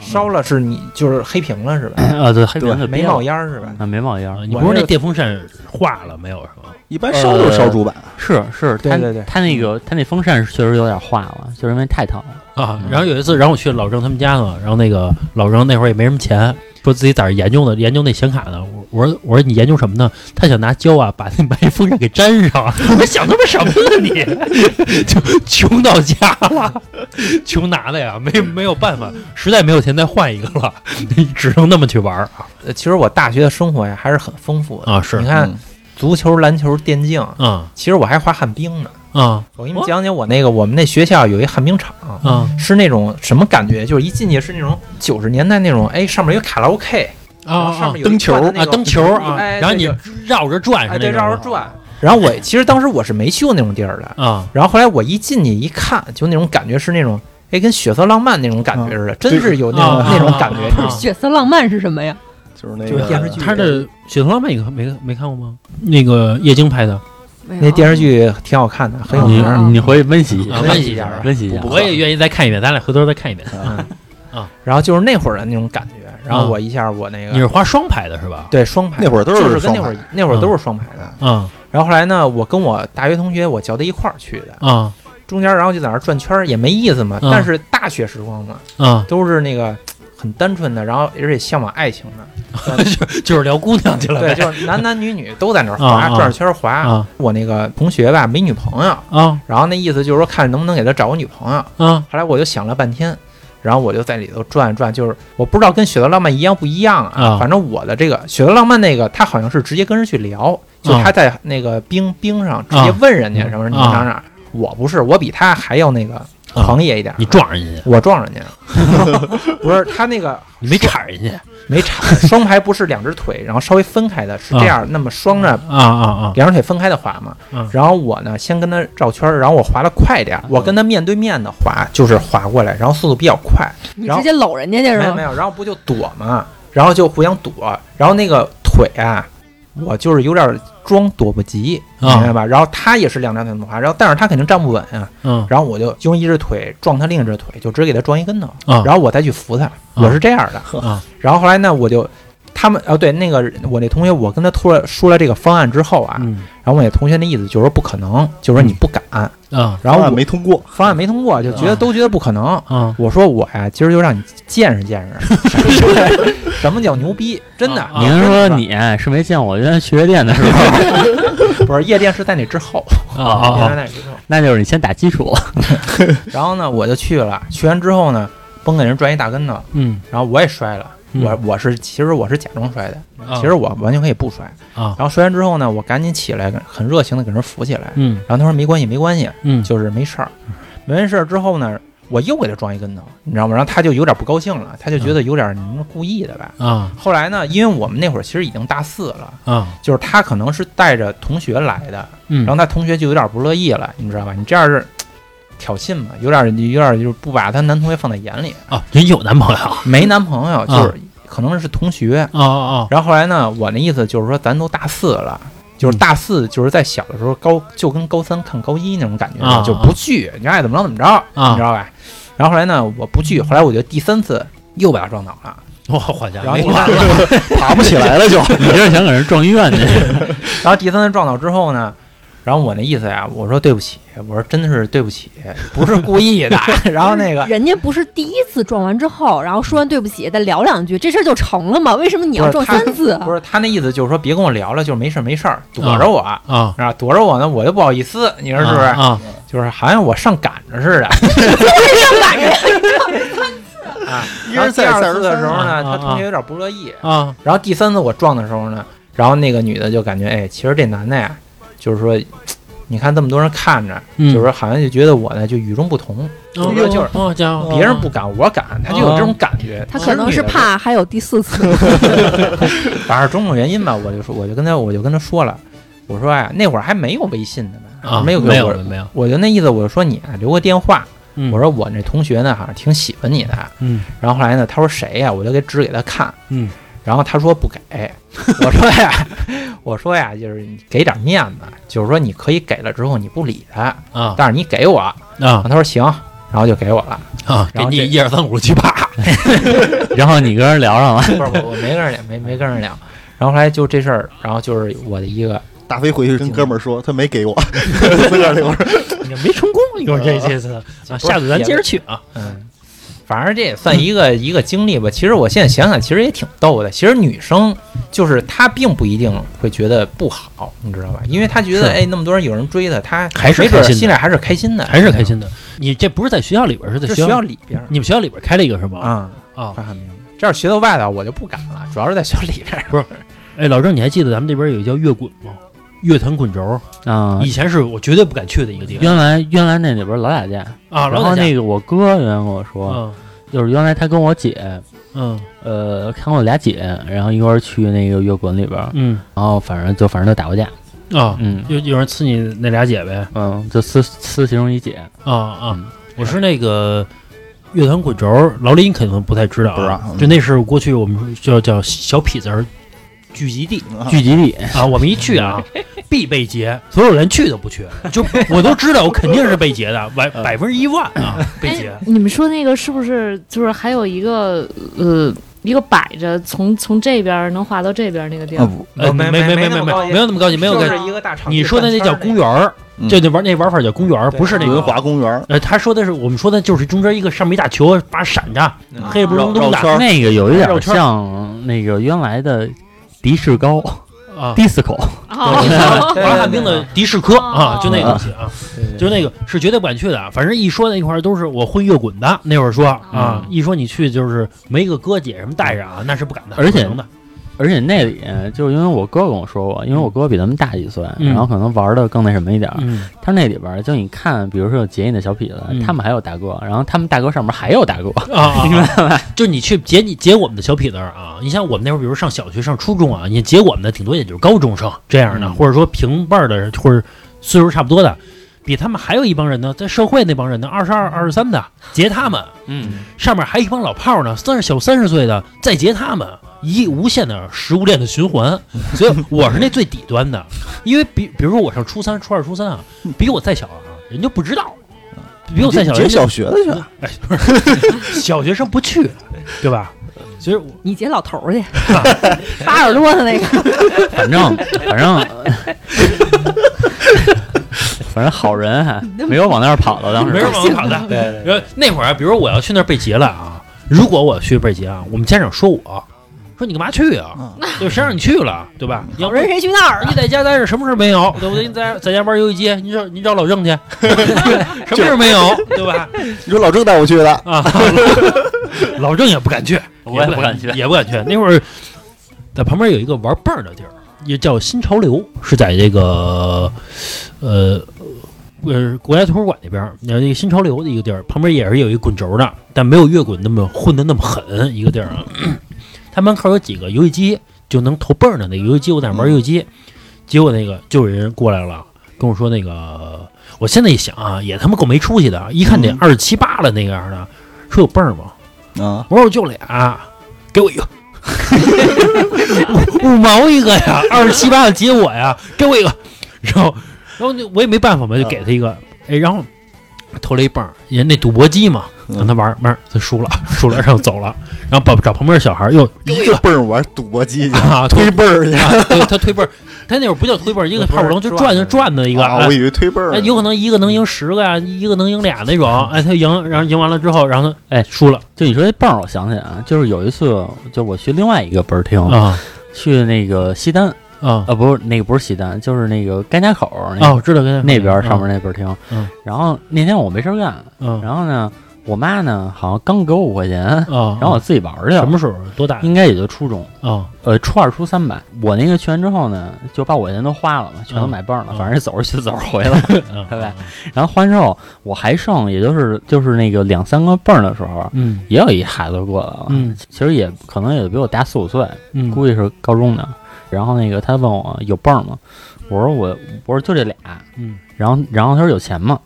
[SPEAKER 5] 烧了是你就是黑屏了是吧？
[SPEAKER 2] 嗯
[SPEAKER 6] 啊，对，黑屏就
[SPEAKER 5] 没
[SPEAKER 6] 憋
[SPEAKER 5] 冒
[SPEAKER 6] 了
[SPEAKER 5] 烟儿是吧？
[SPEAKER 6] 啊，没冒烟
[SPEAKER 2] 啊
[SPEAKER 6] 儿，
[SPEAKER 2] 你不是那电风扇化了没有是吗？
[SPEAKER 3] 一般烧就是烧主板，
[SPEAKER 6] 是是，
[SPEAKER 5] 对
[SPEAKER 6] 它
[SPEAKER 5] 对对
[SPEAKER 6] 它那个它那风扇是确实有点化了，就是因为太烫了。
[SPEAKER 2] 啊，然后有一次，然后我去老郑他们家嘛，然后那个老郑那会儿也没什么钱，说自己在这儿研究呢，研究那显卡呢。我我说我说你研究什么呢？他想拿胶啊把那麦风扇给粘 [laughs] 上。我说想他妈什么呢你？就穷到家了，穷拿的呀，没没有办法，实在没有钱再换一个了，只能那么去玩儿
[SPEAKER 5] 呃其实我大学的生活呀还是很丰富的。
[SPEAKER 2] 啊。是
[SPEAKER 5] 你看
[SPEAKER 3] 嗯
[SPEAKER 5] 足球、篮球、电竞，
[SPEAKER 2] 啊
[SPEAKER 5] 其实我还滑旱冰呢。
[SPEAKER 2] 啊
[SPEAKER 5] 我给你们讲讲我那个我们那学校有一旱冰场，
[SPEAKER 2] 啊
[SPEAKER 5] 是那种什么感觉？就是一进去是那种九十年代那种，哎，上面有卡拉 OK，
[SPEAKER 2] 啊
[SPEAKER 5] 然后上
[SPEAKER 2] 啊
[SPEAKER 5] 面有一
[SPEAKER 3] 灯球
[SPEAKER 5] 转的那
[SPEAKER 2] 啊！
[SPEAKER 5] 种
[SPEAKER 2] 灯球啊，
[SPEAKER 5] 哎
[SPEAKER 2] 然后
[SPEAKER 5] 对
[SPEAKER 2] 你
[SPEAKER 5] 对
[SPEAKER 2] 绕着转是
[SPEAKER 5] 哎，
[SPEAKER 2] 那
[SPEAKER 5] 对，
[SPEAKER 2] 种
[SPEAKER 5] 绕着转。然后我其实当时我是没去过那种地儿的，
[SPEAKER 2] 啊
[SPEAKER 5] 然后后来我一进去一看，就那种感觉是那种，哎，跟血色浪漫那种感觉似的，真是有那种
[SPEAKER 2] 啊
[SPEAKER 5] 那种
[SPEAKER 2] 啊
[SPEAKER 5] 感
[SPEAKER 2] 啊
[SPEAKER 5] 觉。
[SPEAKER 2] 啊呃
[SPEAKER 5] 就是
[SPEAKER 4] 血色浪漫是什么呀？
[SPEAKER 3] 就是那
[SPEAKER 5] 就是
[SPEAKER 3] 个
[SPEAKER 5] 电视剧
[SPEAKER 2] 他的《雪中浪漫》你看没看没看过吗？那个叶京拍的
[SPEAKER 5] 那电视剧挺好看的，很有名儿。
[SPEAKER 4] 啊
[SPEAKER 6] 你你回去温习一
[SPEAKER 2] 啊
[SPEAKER 6] 下，
[SPEAKER 2] 温习一下吧
[SPEAKER 6] 温习一下。
[SPEAKER 2] 我也愿意再看一遍，咱俩回头再看一遍。
[SPEAKER 5] 然后就是那会儿的那种感觉，然后我一下我那
[SPEAKER 2] 啊你
[SPEAKER 5] 个
[SPEAKER 2] 是花双排的是吧？
[SPEAKER 5] 对双排，
[SPEAKER 3] 那会儿都
[SPEAKER 5] 就是跟那
[SPEAKER 3] 双嗯
[SPEAKER 5] 会
[SPEAKER 3] 排
[SPEAKER 5] 儿那会儿都是双排的。
[SPEAKER 2] 啊
[SPEAKER 5] 然后后来呢，我跟我大学同学我叫他一块儿去的，
[SPEAKER 2] 啊
[SPEAKER 5] 中间然后就在那儿转圈儿也没意思嘛。
[SPEAKER 2] 嗯
[SPEAKER 5] 但是大学时光嘛， [laughs]
[SPEAKER 2] 啊！
[SPEAKER 5] 都是那个很单纯的，然后而且向往爱情的。
[SPEAKER 2] 就是聊姑娘去了
[SPEAKER 5] 对，
[SPEAKER 2] 呗。
[SPEAKER 5] 就是男男女女都在那儿
[SPEAKER 2] 啊
[SPEAKER 5] 滑，
[SPEAKER 2] 啊
[SPEAKER 5] 转着圈儿滑。
[SPEAKER 2] 啊
[SPEAKER 5] 我那个同学吧没女朋友，
[SPEAKER 2] 啊
[SPEAKER 5] 然后那意思就是说看能不能给他找个女朋友。
[SPEAKER 2] 啊！
[SPEAKER 5] 后来我就想了半天，然后我就在里头转转，就是我不知道跟《雪的浪漫》一样不一样啊。
[SPEAKER 2] 啊
[SPEAKER 5] 反正我的这个《雪的浪漫》那个，他好像是直接跟人去聊，就
[SPEAKER 2] 啊
[SPEAKER 5] 他在那个冰冰上直接问人家什么
[SPEAKER 2] 嗯
[SPEAKER 5] 你上哪儿。我不是，我比他还要那个狂野一点儿。
[SPEAKER 2] 啊你撞人家，
[SPEAKER 5] 我撞人家， [laughs] 不是他那个
[SPEAKER 2] 你没铲人家
[SPEAKER 5] 没铲，双排不是两只腿，然后稍微分开的，是这样，那么双着
[SPEAKER 2] 啊啊
[SPEAKER 5] 两只腿分开的滑嘛
[SPEAKER 2] 嗯。
[SPEAKER 5] 然后我呢，先跟他绕圈儿，然后我滑的快点儿，我跟他面对面的滑，就是滑过来，然后速度比较快，
[SPEAKER 4] 你
[SPEAKER 5] 然
[SPEAKER 4] 直
[SPEAKER 5] 后
[SPEAKER 4] 接搂人家去是
[SPEAKER 5] 没有没
[SPEAKER 4] 吗？
[SPEAKER 5] 有，然后不就躲嘛，然后就互相躲，然后那个腿啊，我就是有点装躲不及，
[SPEAKER 2] 啊
[SPEAKER 5] 明白吧？然后他也是两条腿那么滑，然后但是他肯定站不稳啊，
[SPEAKER 2] 啊！嗯
[SPEAKER 5] 然后我就用一只腿撞他另一只腿，就直接给他撞一跟头，
[SPEAKER 2] 啊
[SPEAKER 5] 然后我再去扶他，我是这样的。
[SPEAKER 2] 啊
[SPEAKER 5] 然后后来呢，我就他们哦对，那个我那同学，我跟他说了说了这个方案之后啊，
[SPEAKER 2] 嗯
[SPEAKER 5] 然后我那同学那意思就是说不可能，就是说你不敢，
[SPEAKER 2] 啊
[SPEAKER 5] 然后我
[SPEAKER 3] 没通过，
[SPEAKER 5] 嗯方案没通过，就觉得都觉得不可能。
[SPEAKER 2] 啊！
[SPEAKER 5] 我说我呀，今儿就让你见识见识， [laughs] 什么叫牛逼，真的
[SPEAKER 2] 啊。
[SPEAKER 6] 您说你是没见我原来去夜店的时候，
[SPEAKER 5] 不是夜店是在那之后，
[SPEAKER 2] 啊啊
[SPEAKER 5] 夜店是在那之后。
[SPEAKER 6] 那就是你先打基础。
[SPEAKER 5] 然后呢，我就去了，去完之后呢，崩给人转一大跟头，
[SPEAKER 2] 嗯，
[SPEAKER 5] 然后我也摔了。
[SPEAKER 2] 嗯
[SPEAKER 5] 我我是其实我是假装摔的，
[SPEAKER 2] 啊
[SPEAKER 5] 其实我完全可以不摔。
[SPEAKER 2] 啊
[SPEAKER 5] 然后摔完之后呢，我赶紧起来，很热情的给人扶起来。
[SPEAKER 2] 嗯
[SPEAKER 5] 然后他说没关系，没关系，
[SPEAKER 2] 嗯
[SPEAKER 5] 就是没事儿。没完事儿之后呢，我又给他撞一跟头，你知道吗？然后他就有点不高兴了，他就觉
[SPEAKER 2] 嗯
[SPEAKER 5] 得有点你们故意的吧。
[SPEAKER 2] 啊
[SPEAKER 5] 后来呢，因为我们那会儿其实已经大四了，
[SPEAKER 2] 啊
[SPEAKER 5] 就是他可能是带着同学来的，
[SPEAKER 2] 嗯
[SPEAKER 5] 然后他同学就有点不乐意了，你知道吧？你这样是挑衅嘛，有点有点就是不把他男同学放在眼里，
[SPEAKER 2] 啊！人有男朋友
[SPEAKER 5] [laughs]
[SPEAKER 2] 啊
[SPEAKER 5] 没男朋友就是、可能是同学。
[SPEAKER 2] 啊
[SPEAKER 5] 然后后来呢，我那意思就是说，咱都大四了。
[SPEAKER 2] 嗯
[SPEAKER 5] 就是大四，就是在小的时候高，就跟高三看高一那种感觉，
[SPEAKER 2] 啊
[SPEAKER 5] 就不聚，你爱怎么着怎么着，
[SPEAKER 2] 啊
[SPEAKER 5] 你知道吧？然后后来呢，我不去，后来我就第三次又把他撞倒了。
[SPEAKER 2] [laughs] 哇，好家
[SPEAKER 5] 然
[SPEAKER 2] 伙，
[SPEAKER 5] 后
[SPEAKER 2] 没
[SPEAKER 5] 第
[SPEAKER 2] 完
[SPEAKER 5] 三
[SPEAKER 2] 了，
[SPEAKER 5] 次，
[SPEAKER 3] 爬不起来了就。
[SPEAKER 6] 你这是想给人撞医院去？
[SPEAKER 5] [laughs] 然后第三次撞倒之后呢，然后我那意思呀，我说对不起，我说真的是对不起，不是故意
[SPEAKER 2] [laughs]
[SPEAKER 5] 的。然后那个
[SPEAKER 4] 人家不是第一次撞完之后，然后说完对不起，再聊两句，这事儿就成了吗？为什么你要
[SPEAKER 5] 不
[SPEAKER 4] 撞
[SPEAKER 5] 是他
[SPEAKER 4] 三次啊？
[SPEAKER 5] 不是他那意思，就是说别跟我聊了，就是没事儿没事儿，躲着我。
[SPEAKER 2] 啊，
[SPEAKER 5] 啊，躲着我呢，我又不好意思，你说是不是？
[SPEAKER 2] 啊？啊
[SPEAKER 5] 就是好像我上赶着
[SPEAKER 4] [laughs]
[SPEAKER 5] 似的。啊，
[SPEAKER 3] 一
[SPEAKER 5] 然
[SPEAKER 3] 而
[SPEAKER 5] 后第
[SPEAKER 3] 再
[SPEAKER 5] 二
[SPEAKER 3] 再而
[SPEAKER 5] 次的时候
[SPEAKER 2] 三
[SPEAKER 5] 呢，
[SPEAKER 2] 啊
[SPEAKER 5] 他
[SPEAKER 2] 啊
[SPEAKER 5] 同学有点不乐意。
[SPEAKER 2] 啊
[SPEAKER 5] 然后第三次我撞的时候呢，然后那个女的就感觉，哎，其实这男的呀，就是说，你看这么多人看着，
[SPEAKER 2] 嗯
[SPEAKER 5] 就是说好像就觉得我呢就与众不同，
[SPEAKER 2] 哦
[SPEAKER 5] 这就是
[SPEAKER 2] 哦，家伙，
[SPEAKER 5] 别人不敢我敢，他就有这种感觉。
[SPEAKER 4] 他可能是
[SPEAKER 5] 其实女的
[SPEAKER 4] 怕还有第四次。
[SPEAKER 5] [laughs] 反正种种原因吧，我就说，我就跟他，我就跟他说了，我说哎，那会儿还没有微信呢吧，
[SPEAKER 2] 啊，
[SPEAKER 5] 没有
[SPEAKER 2] 没
[SPEAKER 5] 给
[SPEAKER 2] 有
[SPEAKER 5] 我
[SPEAKER 2] 了，没有，
[SPEAKER 5] 我就那意思，我就说你啊留个电话。
[SPEAKER 2] 嗯
[SPEAKER 5] 我说我那同学呢，好像挺喜欢你的。
[SPEAKER 6] 嗯，
[SPEAKER 5] 然后后来呢，他说谁呀、我就给指给他看。
[SPEAKER 6] 嗯，
[SPEAKER 5] 然后他说不给。
[SPEAKER 2] [laughs]
[SPEAKER 5] 我说呀，我说呀，就是你给点面子，就是说你可以给了之后你不理他，
[SPEAKER 2] 啊
[SPEAKER 5] 但是你给我。然
[SPEAKER 2] 啊
[SPEAKER 5] 后他说行，然后就给我
[SPEAKER 2] [laughs]
[SPEAKER 5] 了。
[SPEAKER 2] 啊，给
[SPEAKER 5] 然后
[SPEAKER 2] 你
[SPEAKER 5] 这
[SPEAKER 2] 一二三五六七八，
[SPEAKER 6] 然后你跟人聊上了，
[SPEAKER 5] 不是我我没跟人聊，没没跟人聊。然后后来就这事儿，然后就是我的一个
[SPEAKER 3] 大飞回去跟哥们儿说，他没给我，自个儿留着。
[SPEAKER 2] 你没成 [laughs] 功，你说这这次啊，下次咱接着去啊，
[SPEAKER 5] 嗯，反正这也算一个一个经历吧。其实我现在想想，其实也挺逗的。其实女生就是她并不一定会觉得不好，你知道吧？因为她觉得
[SPEAKER 2] 是
[SPEAKER 5] 哎，那么多人有人追她，她
[SPEAKER 2] 还是
[SPEAKER 5] 没准
[SPEAKER 2] 开心的
[SPEAKER 5] 心里还是开心的，
[SPEAKER 2] 还是开。心的。你这不是在学校里边，是在
[SPEAKER 5] 就
[SPEAKER 2] 学
[SPEAKER 5] 哎学
[SPEAKER 2] 校
[SPEAKER 5] 校里边儿
[SPEAKER 2] 你们学校里边开了一个是吗？
[SPEAKER 5] 啊，
[SPEAKER 2] 啊，
[SPEAKER 5] 快看明白。这要学到外头我就不敢了，主要是在学校里边儿。
[SPEAKER 2] 哎，老郑，你还记得咱们这边有一叫乐滚吗？乐坛滚轴，
[SPEAKER 6] 啊，
[SPEAKER 2] 以前是我绝对不敢去的一个地方
[SPEAKER 6] 原来原来那里边老打架，
[SPEAKER 2] 啊。
[SPEAKER 6] 然后那个我哥原来跟我说，
[SPEAKER 2] 嗯
[SPEAKER 6] 就是原来他跟我姐，
[SPEAKER 2] 嗯
[SPEAKER 6] 呃，看我俩姐，然后一块儿去那个乐滚里边，
[SPEAKER 2] 嗯
[SPEAKER 6] 然后反正就反正就打过架，
[SPEAKER 2] 啊，
[SPEAKER 6] 嗯
[SPEAKER 2] 有有人呲你那俩姐呗
[SPEAKER 6] 嗯，就撕撕其中一姐，
[SPEAKER 2] 啊啊
[SPEAKER 6] 嗯！
[SPEAKER 2] 我是那个乐团滚轴，老李你可能不太知道
[SPEAKER 3] 不知道
[SPEAKER 2] 啊，
[SPEAKER 3] 嗯
[SPEAKER 2] 就那是过去我们叫叫小痞子儿聚集地
[SPEAKER 6] 聚集地，
[SPEAKER 2] 啊，我们一去啊必被劫，所有人去都不去，就我都知道我肯定是被劫的，百百分之一万啊被劫。
[SPEAKER 7] 你们说那个是不是就是还有一个呃一个摆着从从这边儿能滑到这边儿那个地儿？
[SPEAKER 3] 不，
[SPEAKER 2] 呃，没
[SPEAKER 5] 哎没
[SPEAKER 2] 没没
[SPEAKER 5] 没那么
[SPEAKER 2] 没
[SPEAKER 5] 高级
[SPEAKER 2] 没有那么高级，没有
[SPEAKER 5] 就
[SPEAKER 2] 高
[SPEAKER 5] 是
[SPEAKER 2] 级。
[SPEAKER 5] 一个大场地，
[SPEAKER 2] 你说的那叫公园儿，
[SPEAKER 3] 嗯
[SPEAKER 2] 这那玩那玩法叫公园儿，
[SPEAKER 5] 对
[SPEAKER 2] 不是那
[SPEAKER 3] 轮
[SPEAKER 2] 个。
[SPEAKER 3] 滑公园，
[SPEAKER 2] 呃，他说的是我们说的就是中间一个上面一大球，把闪着，
[SPEAKER 5] 嗯
[SPEAKER 2] 黑不隆咚的
[SPEAKER 3] 绕圈儿
[SPEAKER 6] 那个有一
[SPEAKER 2] 绕
[SPEAKER 6] 点
[SPEAKER 2] 圈儿
[SPEAKER 6] 像那个原来的迪士高
[SPEAKER 2] 啊。
[SPEAKER 6] disco，
[SPEAKER 7] 哦
[SPEAKER 5] 对
[SPEAKER 2] 华汉兵的迪士科啊，就那个东西啊，
[SPEAKER 5] 就
[SPEAKER 2] 就是那个是绝对不敢去的。啊反正一说那块儿都是我混乐滚的，那会儿说啊，一说你去就是没个哥姐什么带着啊，那是不敢的，
[SPEAKER 6] 而且
[SPEAKER 2] 不可能的
[SPEAKER 6] [laughs] 而且那里就是因为我哥跟我说过，因为我哥比咱们大几岁，
[SPEAKER 2] 嗯
[SPEAKER 6] 然后可能玩的更那什么一点儿。
[SPEAKER 2] 嗯
[SPEAKER 6] 他那里边儿就你看，比如说有杰你的小痞子，
[SPEAKER 2] 嗯
[SPEAKER 6] 他们还有大哥，然后他们大哥上面还有大 [laughs] 哥，
[SPEAKER 2] 啊啊，啊就你去截你截我们的小痞子儿啊，你像我们那会儿，比如上小学、上初中啊，你截我们的顶多也就是高中生这样的，
[SPEAKER 6] 嗯
[SPEAKER 2] 或者说平辈儿的人，或者岁数差不多的，比他们还有一帮人呢，在社会那帮人呢，二十二、二十三的截他们，
[SPEAKER 6] 嗯，
[SPEAKER 2] 上面还一帮老炮儿呢，三十小三十岁的再截他们，一无限的食物链的循环。所以我是那最底端的，因为比比如说我上初三、初二、初三啊，比我再小啊，人就不知道，比我再小
[SPEAKER 3] 学
[SPEAKER 2] 人家
[SPEAKER 3] 小学的去，
[SPEAKER 2] 小学生不去，对吧？所以我
[SPEAKER 4] 你接老头
[SPEAKER 5] [laughs]
[SPEAKER 4] 儿去，扒耳朵的那个， [laughs]
[SPEAKER 6] 反 [laughs] 正反正反正好人还没有往那儿跑了，当时
[SPEAKER 2] 没人往我跑的。
[SPEAKER 5] 对对
[SPEAKER 2] 然后那会儿啊，比如我要去那儿被劫了啊，如果我去被劫啊，我们家长说我说你干嘛去
[SPEAKER 5] 嗯
[SPEAKER 2] 啊？就谁让你去了，对吧？你要
[SPEAKER 4] 人谁去那儿啊？
[SPEAKER 2] 你在家待着，什么事儿没有，对不对？你在在家玩游戏机，你找你找老
[SPEAKER 5] [laughs]
[SPEAKER 2] 郑去， [laughs] 什么事儿没有，对吧？
[SPEAKER 3] 你说老郑带我去的，
[SPEAKER 2] 啊， [laughs] 老郑也不敢去，
[SPEAKER 6] 我也不敢去
[SPEAKER 2] 也不敢去。那会儿在旁边有一个玩伴儿的地儿，也叫新潮流，是在这个呃呃国家图书馆那边儿，有一个新潮流的一个地儿，旁边也是有一滚轴的，但没有乐滚那么混的那么狠一个地儿啊。他门口有几个游戏机，就能投泵的那个游戏机，我在那玩游戏机，
[SPEAKER 3] 嗯
[SPEAKER 2] 结果那个就有人过来了，跟我说那个。我现在一想啊，也他妈够没出息的，一看得
[SPEAKER 3] 嗯
[SPEAKER 2] 二十七八了那个样的，说有泵儿吗？
[SPEAKER 3] 啊，
[SPEAKER 2] 我说我就俩，给我一个， [laughs] 五五毛一个呀，二十七八的
[SPEAKER 3] 嗯
[SPEAKER 2] 接我呀，给我一个，然后然后就我也没办法嘛，就给他一个，哎，然后偷了一棒儿，人那赌博机嘛，让
[SPEAKER 3] 嗯
[SPEAKER 2] 他玩儿玩儿，他输了，输了，然后走了，然后把找旁边小孩儿又
[SPEAKER 3] 一个蹦儿玩赌博
[SPEAKER 6] [laughs]
[SPEAKER 3] 机去，
[SPEAKER 2] [laughs] 啊推
[SPEAKER 3] 推蹦儿去。
[SPEAKER 2] 啊，对他推背儿，他那会儿不叫推背儿，一个泡龙就转就转的一个，
[SPEAKER 3] 啊，
[SPEAKER 2] 哎
[SPEAKER 3] 我以为推蹦儿
[SPEAKER 2] 哎，
[SPEAKER 3] 呢。
[SPEAKER 2] 有可能一个能赢十个呀，一个能赢俩那种，哎，他赢，然后赢完了之后，然后他
[SPEAKER 6] 哎
[SPEAKER 2] 输了
[SPEAKER 6] 就你说这泵儿，我想起来啊，就是有一次，就我去另外一个本儿厅，
[SPEAKER 2] 啊
[SPEAKER 6] 去那个西单，
[SPEAKER 2] 啊
[SPEAKER 6] 啊，不是那个不是西单，就是那个甘家口儿那
[SPEAKER 2] 啊！
[SPEAKER 6] 个
[SPEAKER 2] 我知道，跟
[SPEAKER 6] 那边儿上面那本儿厅。
[SPEAKER 2] 嗯
[SPEAKER 6] 然后那天我没事儿干，
[SPEAKER 2] 嗯
[SPEAKER 6] 然后呢，我妈呢好像刚给我五块钱，
[SPEAKER 2] 啊，
[SPEAKER 6] 然后我自己玩儿去
[SPEAKER 2] 什
[SPEAKER 6] 了，
[SPEAKER 2] 么时候多大
[SPEAKER 6] 应该也就初中，
[SPEAKER 2] 啊
[SPEAKER 6] 呃，初二、初三吧。我那个去完之后呢，就把五块钱都花了嘛，全都
[SPEAKER 2] 嗯
[SPEAKER 6] 买泵儿了，
[SPEAKER 2] 嗯
[SPEAKER 6] 反正走着去走着回来。
[SPEAKER 2] 啊
[SPEAKER 6] [laughs] 拜拜。然后花完之后，我还剩也就是就是那个两三个泵儿的时候，啊
[SPEAKER 2] 嗯
[SPEAKER 6] 也有一孩子过来了，
[SPEAKER 2] 嗯
[SPEAKER 6] 其实也可能也比我大四五岁，
[SPEAKER 2] 嗯，
[SPEAKER 6] 估计是高中的。然后那个他问我有泵儿吗？我说我我说就这俩，
[SPEAKER 2] 嗯，
[SPEAKER 6] 然后然后他说有钱吗？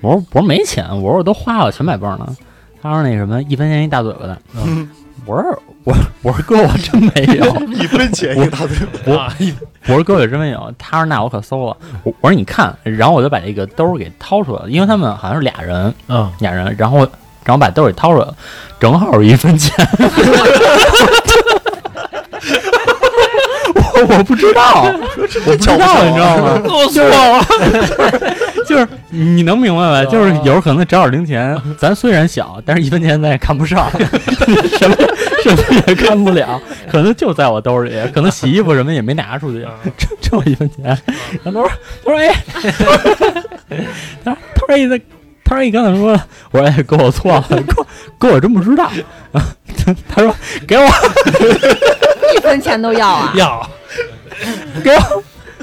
[SPEAKER 6] 我说我说没钱，我说我都花了，全买泵儿了。他说那什么一分钱一大嘴巴的，
[SPEAKER 3] 嗯
[SPEAKER 6] 我说我我说哥我真没有， [laughs]
[SPEAKER 3] 一分钱一大堆，
[SPEAKER 2] 我
[SPEAKER 6] 我说哥我真没有。他说那我可搜了，我我说你看，然后我就把这个兜儿给掏出来了，因为他们好像是俩人，
[SPEAKER 2] 啊
[SPEAKER 6] 俩人，然后然后把兜里掏出来了，正好是一分钱。我我不知道， [laughs] 我不
[SPEAKER 3] [laughs]
[SPEAKER 6] 知道，你知道吗？我错了， [laughs] 就是你能明白吧？就是有时候可能找点零钱，咱虽然小，但是一分钱咱也看不上， [laughs] 什么什么也看不了，可能就在我兜里，可能洗衣服什么也没拿出去，就 [laughs] 就一分钱。然后他说：“他说哎，他说他说哎，那他说你刚才说了，我说哎，哥我错了，哥哥我真不知道。 [laughs] 他他说给我
[SPEAKER 4] 一分钱都要啊？
[SPEAKER 2] 要
[SPEAKER 6] 给我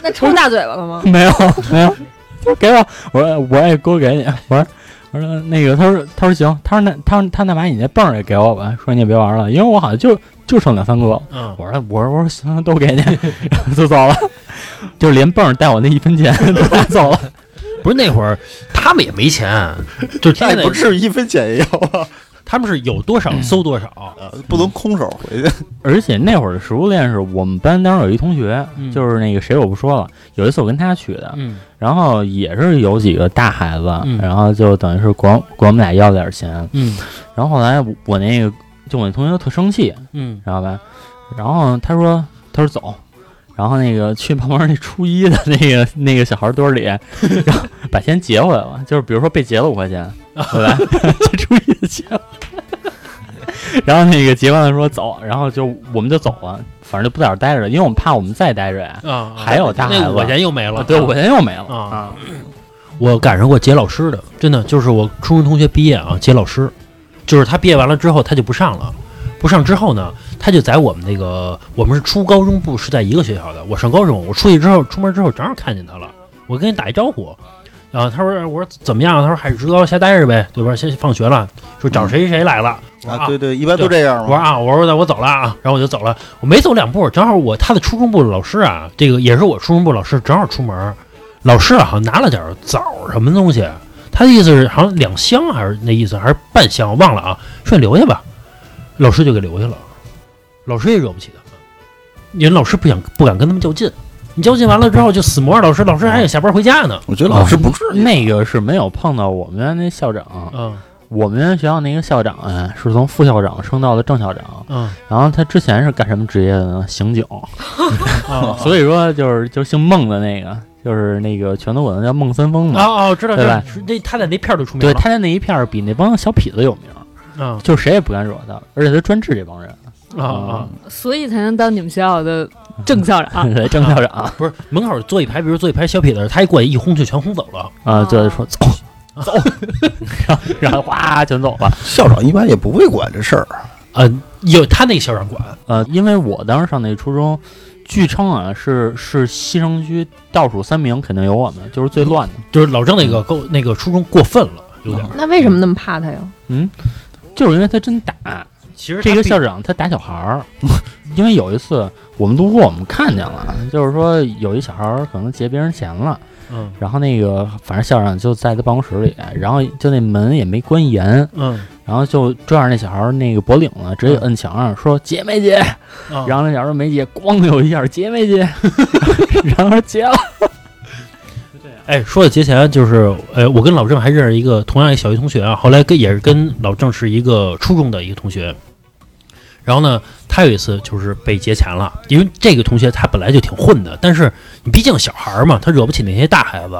[SPEAKER 4] 那抽大嘴巴了吗？
[SPEAKER 6] [laughs] 没有没有，他说给我，我说我也哥给你，我说。我说那个，他说他说行，他说那他说他那把你那泵儿也给我吧，说你也别玩了，因为我好像就就剩两三个了。
[SPEAKER 2] 嗯
[SPEAKER 6] 我说我说我说行，都给你，然 [laughs] 后就走了，就连泵儿带我那一分钱 [laughs] 都拿走了。
[SPEAKER 2] 不是那会儿他们也没钱，
[SPEAKER 6] [laughs]
[SPEAKER 2] 就
[SPEAKER 3] 那
[SPEAKER 2] 天
[SPEAKER 3] 也不
[SPEAKER 2] 天
[SPEAKER 3] 至于一分钱也要啊，
[SPEAKER 2] 他们是有多
[SPEAKER 6] 嗯
[SPEAKER 2] 少搜多少，
[SPEAKER 3] 呃不能空手回去。
[SPEAKER 6] 而且那会儿的食物链是我们班当时有一同学，
[SPEAKER 2] 嗯
[SPEAKER 6] 就是那个谁我不说了，有一次我跟他去的，
[SPEAKER 2] 嗯
[SPEAKER 6] 然后也是有几个大孩子，
[SPEAKER 2] 嗯
[SPEAKER 6] 然后就等于是管管我们俩要了点钱，
[SPEAKER 2] 嗯
[SPEAKER 6] 然后后来我我那个就我那同学特生气，
[SPEAKER 2] 嗯
[SPEAKER 6] 知道吧？然后他说他说走，然后那个去旁边那初一的那个那个小孩 [laughs] 堆里，然后把钱结回来了，就是比如说被结了五块钱，对吧？ [laughs] 这初一的结了。然后那个结完了说走，然后就我们就走了，反正就不在这儿待着了，因为我们怕我们再待着呀，
[SPEAKER 2] 啊，
[SPEAKER 6] 嗯还有大孩子
[SPEAKER 2] 那五块钱又没了，
[SPEAKER 6] 对，五块钱又没了
[SPEAKER 2] 啊。我赶上过结老师的，真的就是我初中同学毕业啊，结老师，就是他毕业完了之后他就不上了，不上之后呢，他就在我们那个我们是初高中部是在一个学校的，我上高中，我出去之后出门之后正好看见他了，我跟人打一招呼，然后他说我说怎么样？他说还是职高瞎待着呗，对吧？先放学了，说找谁谁来了，我说
[SPEAKER 3] 嗯啊，对对，一般都这样
[SPEAKER 2] 我说
[SPEAKER 3] 嘛。
[SPEAKER 2] 啊，我说的我走了啊，然后我就走了。我没走两步，正好我他的初中部老师啊，这个也是我初中部老师，正好出门，老师啊好像拿了点枣儿什么东西，他的意思是好像两箱还是那意思，还是半箱，我忘了啊，说你留下吧，老师就给留下了，老师也惹不起他们，人老师不想不敢跟他们较劲，你较劲完了之后就死磨老师，老师还得下班回家呢，
[SPEAKER 3] 我觉得
[SPEAKER 6] 老师
[SPEAKER 3] 不至 [laughs]
[SPEAKER 6] 那个是没有碰到我们原来那校长，
[SPEAKER 2] 嗯
[SPEAKER 6] 我们学校那个校长啊，是从副校长升到了正校长。
[SPEAKER 2] 嗯
[SPEAKER 6] 然后他之前是干什么职业的呢？刑警。
[SPEAKER 2] 啊
[SPEAKER 6] [laughs] 所以说就是就是姓孟的那个，就是那个全都管他叫孟三丰嘛。
[SPEAKER 2] 啊啊，知道知
[SPEAKER 6] 嗯对
[SPEAKER 2] 道
[SPEAKER 6] 吧，
[SPEAKER 2] 是那他在那片儿就出名
[SPEAKER 6] 对，
[SPEAKER 2] 了，
[SPEAKER 6] 他在那一片儿比那帮小痞子有名，
[SPEAKER 2] 啊
[SPEAKER 6] 就谁也不敢惹他，而且他专治这帮人。
[SPEAKER 2] 啊啊。
[SPEAKER 7] 所以才能当你们学校的正校长。
[SPEAKER 6] [laughs]
[SPEAKER 7] 啊
[SPEAKER 6] 对，郑校长
[SPEAKER 2] 不是门口坐一排，比如坐一排小痞子，他一过去一轰就全轰走了。
[SPEAKER 6] 啊，就说走走，然后然后哗全走了。
[SPEAKER 3] 校长一般也不会管这事儿。
[SPEAKER 2] 嗯，有他那个校长管，
[SPEAKER 6] 呃，因为我当时上那初中，据称啊是是西城区倒数三名，肯定有我们，就是最乱的。
[SPEAKER 2] 就是老郑那个够那个初中过分了，有点儿。
[SPEAKER 4] 那为什么那么怕他呀？
[SPEAKER 6] 就是因为他真打
[SPEAKER 2] 嗯其实他
[SPEAKER 6] 这个
[SPEAKER 2] 比
[SPEAKER 6] 校长，他打小孩儿， [laughs] 因为有一次我们路过，我们看见了，就是说有一小孩儿可能劫别人钱了，
[SPEAKER 2] 嗯
[SPEAKER 6] 然后那个反正校长就在他办公室里，然后就那门也没关严，
[SPEAKER 2] 嗯
[SPEAKER 6] 然后就拽着那小孩儿那个脖领子，直接摁墙上说劫没劫，
[SPEAKER 2] 啊，
[SPEAKER 6] [laughs] 然后那小孩儿 [laughs] 没劫，咣的有一下劫没劫，然后说劫了，
[SPEAKER 2] 哎，说到节前，就是呃，我跟老郑还认识一个同样一小学同学啊，后来跟也是跟老郑是一个初中的一个同学。然后呢，他有一次就是被劫钱了，因为这个同学他本来就挺混的，但是你毕竟小孩儿嘛，他惹不起那些大孩子。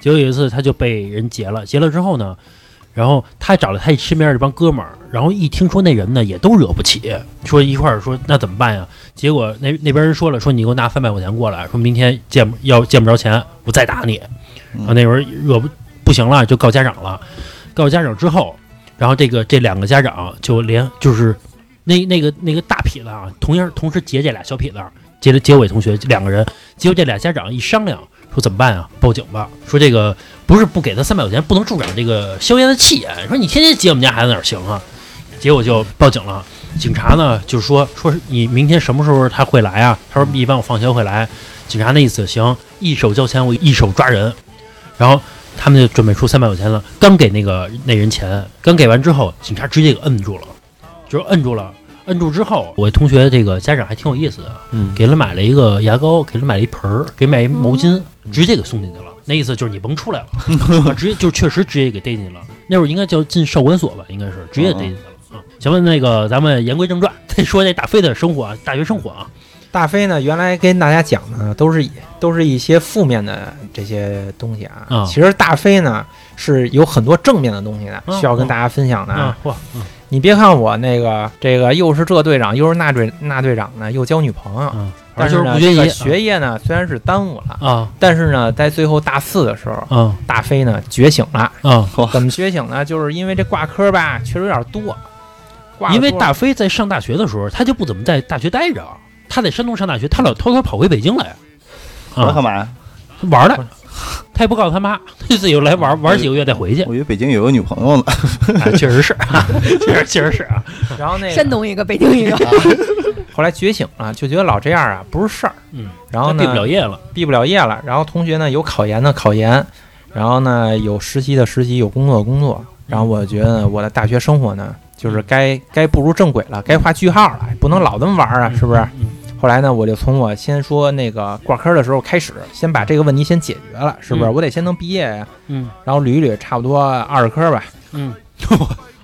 [SPEAKER 2] 结果有一次他就被人劫了，劫了之后呢，然后他找了他身边这帮哥们儿，然后一听说那人呢也都惹不起，说一块儿说那怎么办呀？结果那那边人说了，说你给我拿三百块钱过来，说明天见不要见不着钱，我再打你。然啊后那会儿惹不不行了，就告家长了。告家长之后，然后这个这两个家长就连就是那那个那个大痞子啊，同样同时劫这俩小痞子，劫了结尾同学两个人，结果这俩家长一商量说怎么办啊？报警吧！说这个不是不给他三百块钱，不能助长这个硝烟的气焰。说你天天劫我们家孩子哪儿行啊？结果就报警了。警察呢就说说是你明天什么时候他会来啊？他说一般我放学会来。警察那意思行，一手交钱我一手抓人。然后他们就准备出三百块钱了，刚给那个那人钱，刚给完之后，警察直接给摁住了，就是摁住了。摁住之后，我同学这个家长还挺有意思的，
[SPEAKER 6] 嗯
[SPEAKER 2] 给了买了一个牙膏，给了买了一盆儿，给买一毛巾，直接给送进去了。那意思就是你甭出来
[SPEAKER 5] [laughs]
[SPEAKER 2] 了，直接就确实直接给逮进去了。那会儿应该叫进少管所吧，应该是直接逮进去
[SPEAKER 5] 哦
[SPEAKER 2] 了。啊，行吧，那个咱们言归正传， [laughs] 再说这大飞的生活啊，大学生活啊，
[SPEAKER 5] 大飞呢，原来跟大家讲的呢，都是以都是一些负面的这些东西啊。
[SPEAKER 2] 啊
[SPEAKER 5] 其实大飞呢是有很多正面的东西的，
[SPEAKER 2] 嗯
[SPEAKER 5] 需要跟大家分享的。
[SPEAKER 2] 啊，嚯，嗯
[SPEAKER 5] 你别看我那个这个又是这队长，又是那队那队长呢，又交女朋友，
[SPEAKER 2] 嗯，
[SPEAKER 5] 但
[SPEAKER 2] 就是
[SPEAKER 5] 呢，
[SPEAKER 2] 不学
[SPEAKER 5] 这
[SPEAKER 2] 习
[SPEAKER 5] 个学业呢虽然是耽误了，
[SPEAKER 2] 啊
[SPEAKER 5] 但是呢，在最后大四的时候，
[SPEAKER 2] 啊
[SPEAKER 5] 大飞呢觉醒了。
[SPEAKER 2] 啊，
[SPEAKER 5] 怎么觉醒呢？就是因为这挂科吧，确实有点多。挂得
[SPEAKER 2] 因为
[SPEAKER 5] 多
[SPEAKER 2] 大飞在上大学的时候，他就不怎么在大学待着，他在山东上大学，他老偷偷跑回北京来，
[SPEAKER 3] 我要干
[SPEAKER 2] 啊，
[SPEAKER 3] 嘛呀？
[SPEAKER 2] 玩儿来，
[SPEAKER 5] [laughs]
[SPEAKER 2] 他也不告诉他妈，他自己又来玩儿玩儿几个月再回
[SPEAKER 5] [laughs]
[SPEAKER 2] 去，
[SPEAKER 3] 我以为北京有个女朋友呢。
[SPEAKER 2] 啊确实是，啊， [laughs] 确实确实是啊，
[SPEAKER 5] 然后那
[SPEAKER 4] 山
[SPEAKER 5] 个
[SPEAKER 4] 东一个，北京一个，
[SPEAKER 5] 后来觉醒了，就觉得老这样啊不是事儿。
[SPEAKER 2] 嗯，
[SPEAKER 5] 然后
[SPEAKER 2] 他
[SPEAKER 5] 呢，
[SPEAKER 2] 毕不了业了，
[SPEAKER 5] 毕不了业了。然后同学呢有考研的考研，然后呢有实习的实习，有工作的工作。然后我觉得我的大学生活呢，就是该该步入正轨了，该画句号了，不能老这么玩啊，是不是？
[SPEAKER 2] 嗯
[SPEAKER 5] 后来呢，我就从我先说那个挂科的时候开始，先把这个问题先解决了，是不是？
[SPEAKER 2] 嗯
[SPEAKER 5] 我得先能毕业呀。
[SPEAKER 2] 嗯
[SPEAKER 5] 然后捋一捋，差不多二十科吧，
[SPEAKER 2] 嗯，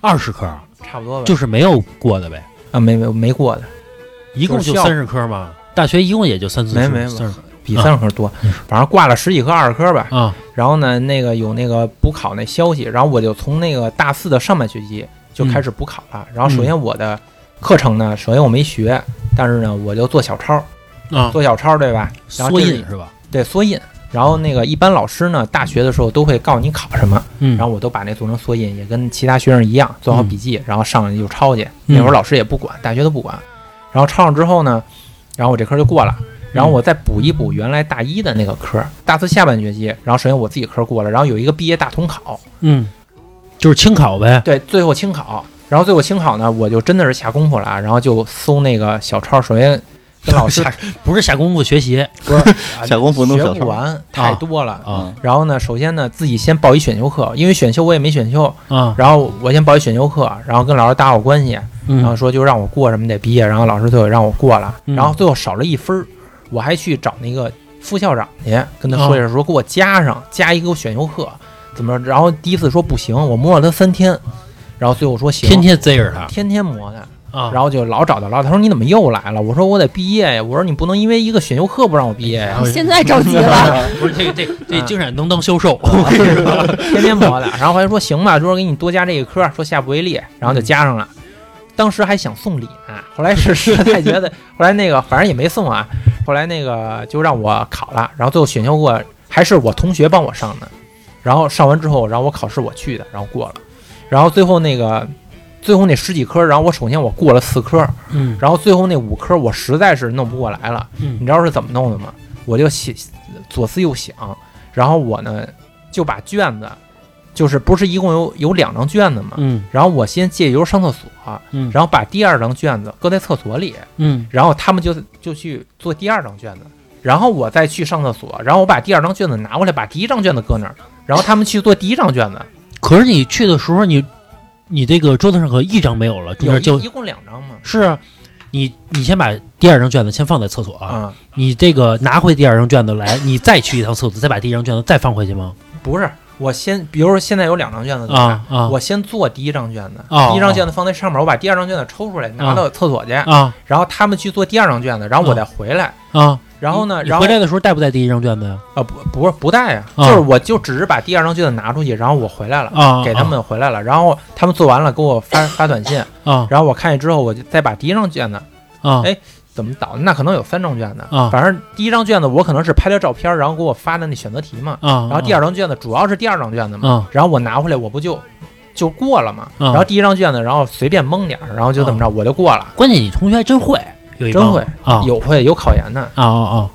[SPEAKER 2] 二十科
[SPEAKER 5] 差不多吧，
[SPEAKER 2] 就是没有过的呗，
[SPEAKER 5] 啊没没没过的，
[SPEAKER 2] 一共就
[SPEAKER 5] 就是校
[SPEAKER 2] 三十科嘛，大学一共也就三四
[SPEAKER 5] 没
[SPEAKER 2] 十，
[SPEAKER 5] 没没
[SPEAKER 2] 三十
[SPEAKER 5] 比
[SPEAKER 2] 啊
[SPEAKER 5] 三十科多，反正挂了十几科二十科吧。
[SPEAKER 2] 啊，
[SPEAKER 5] 然后呢，那个有那个补考那消息，然后我就从那个大四的上半学期就开始补考了。然后首先我的课程呢，首先我没学，但是呢，我就做小抄，
[SPEAKER 2] 啊，
[SPEAKER 5] 做小抄对吧？然后
[SPEAKER 2] 缩
[SPEAKER 5] 这
[SPEAKER 2] 印
[SPEAKER 5] 是
[SPEAKER 2] 是吧？
[SPEAKER 5] 对缩印。然后那个一般老师呢，大学的时候都会告你考什么，
[SPEAKER 2] 嗯，
[SPEAKER 5] 然后我都把那做成缩印，也跟其他学生一样做好
[SPEAKER 3] 嗯
[SPEAKER 5] 笔记，然后上去就抄去。
[SPEAKER 2] 嗯
[SPEAKER 5] 那会儿老师也不管，大学都不管。然后抄上之后呢，然后我这科就过
[SPEAKER 3] 嗯
[SPEAKER 5] 了。然后我再补一补原来大一的那个科，大四下半学期。然后首先我自己科过了，然后有一个毕业大统考，
[SPEAKER 2] 嗯，就是清考呗，
[SPEAKER 5] 对，最后清考。然后最后清考呢，我就真的是下功夫了啊，然后就搜那个小抄，首先跟老师
[SPEAKER 2] 不是下功夫学习，
[SPEAKER 5] 不是
[SPEAKER 3] [laughs] 下功夫弄
[SPEAKER 5] 学
[SPEAKER 3] 小
[SPEAKER 5] 不
[SPEAKER 3] 抄
[SPEAKER 5] 完，太多了。
[SPEAKER 2] 啊
[SPEAKER 5] 然后呢，首先呢，自己先报一选修课，因为选修我也没选修，
[SPEAKER 2] 啊，
[SPEAKER 5] 然后我先报一选修课，然后跟老师打好关系，然后
[SPEAKER 2] 嗯
[SPEAKER 5] 说就让我过什么得毕业，然后老师最后也让我过了，
[SPEAKER 2] 嗯
[SPEAKER 5] 然后最后少了一分儿，我还去找那个副校长去跟他说一声，说给我加上加一个选修课，怎么着？然后第一次说不行，我摸了他三天，然后最后说行，
[SPEAKER 2] 天天贼着他
[SPEAKER 5] 天天摸他，
[SPEAKER 2] 啊，
[SPEAKER 5] 然后就老找他老，他说你怎么又来了？我说我得毕业呀，我说你不能因为一个选修课不让我毕业呀，
[SPEAKER 2] 哎
[SPEAKER 4] 现
[SPEAKER 2] [laughs]
[SPEAKER 4] 在着急了，
[SPEAKER 2] 不是这个这个这
[SPEAKER 5] 啊
[SPEAKER 2] 金闪能当销售，
[SPEAKER 5] 天天磨的。然后还说行吧，说给你多加这一科，说下不为例，然后就加上了。当时还想送礼呢，后来是实在觉得，后来那个反正也没送啊，后来那个就让我考了，然后最后选修过还是我同学帮我上的，然后上完之后，然后我考试我去的，然后过了，然后最后那个最后那十几科，然后我首先我过了四科，
[SPEAKER 2] [laughs] 嗯
[SPEAKER 5] 然后最后那五科我实在是弄不过来了，
[SPEAKER 2] 嗯
[SPEAKER 5] 你知道是怎么弄的吗？我就写左思右想，然后我呢就把卷子，就是不是一共有有两张卷子嘛，
[SPEAKER 2] 嗯
[SPEAKER 5] 然后我先借由上厕所，
[SPEAKER 2] 嗯
[SPEAKER 5] 然后把第二张卷子搁在厕所里，
[SPEAKER 2] 嗯
[SPEAKER 5] 然后他们就就去做第二张卷子，然后我再去上厕所，然后我把第二张卷子拿过来，把第一张卷子搁那儿，然后他们去做第一张卷子，
[SPEAKER 2] 可是你去的时候，你你这个桌子上可一张没有了，中
[SPEAKER 5] 有
[SPEAKER 2] 间就
[SPEAKER 5] 一一共两张嘛，
[SPEAKER 2] 是啊，你你先把第二张卷子先放在厕所啊，
[SPEAKER 5] 啊，
[SPEAKER 2] 你这个拿回第二张卷子来，你再去一趟厕所，再把第一张卷子再放回去吗？
[SPEAKER 5] 嗯不是，我先，比如说现在有两张卷子，对吧
[SPEAKER 2] 啊啊
[SPEAKER 5] 我先做第一张卷子，
[SPEAKER 2] 哦
[SPEAKER 5] 第一张卷子放在上面，我把第二张卷子抽出来拿到厕所去，
[SPEAKER 2] 啊
[SPEAKER 5] 然后他们去做第二张卷子，然后我再回来，
[SPEAKER 2] 啊！
[SPEAKER 5] 然后呢，
[SPEAKER 2] 你
[SPEAKER 5] 然后
[SPEAKER 2] 回来的时候带不带第一张卷子呀？
[SPEAKER 5] 啊不不是不带呀，
[SPEAKER 2] 啊
[SPEAKER 5] 就是我就只是把第二张卷子拿出去，然后我回来了。
[SPEAKER 2] 啊，
[SPEAKER 5] 给他们回来了，然后他们做完了给我发发
[SPEAKER 2] [laughs]
[SPEAKER 5] 短信，
[SPEAKER 2] 啊
[SPEAKER 5] 然后我看见之后，我就再把第一张卷子
[SPEAKER 2] 啊
[SPEAKER 5] 哎怎么导，那可能有三张卷子
[SPEAKER 2] 啊
[SPEAKER 5] 反正第一张卷子我可能是拍了照片，然后给我发的那选择题嘛，
[SPEAKER 2] 啊！
[SPEAKER 5] 然后第二张卷子主要是第二张卷子嘛，
[SPEAKER 2] 啊
[SPEAKER 5] 然后我拿回来我不就就过了嘛，
[SPEAKER 2] 啊
[SPEAKER 5] 然后第一张卷子然后随便蒙点儿，然后就怎么着我就过了，
[SPEAKER 2] 关键你同学还真会，有一帮
[SPEAKER 5] 真会
[SPEAKER 2] 嗯啊
[SPEAKER 5] 有会有考研的，
[SPEAKER 2] 啊啊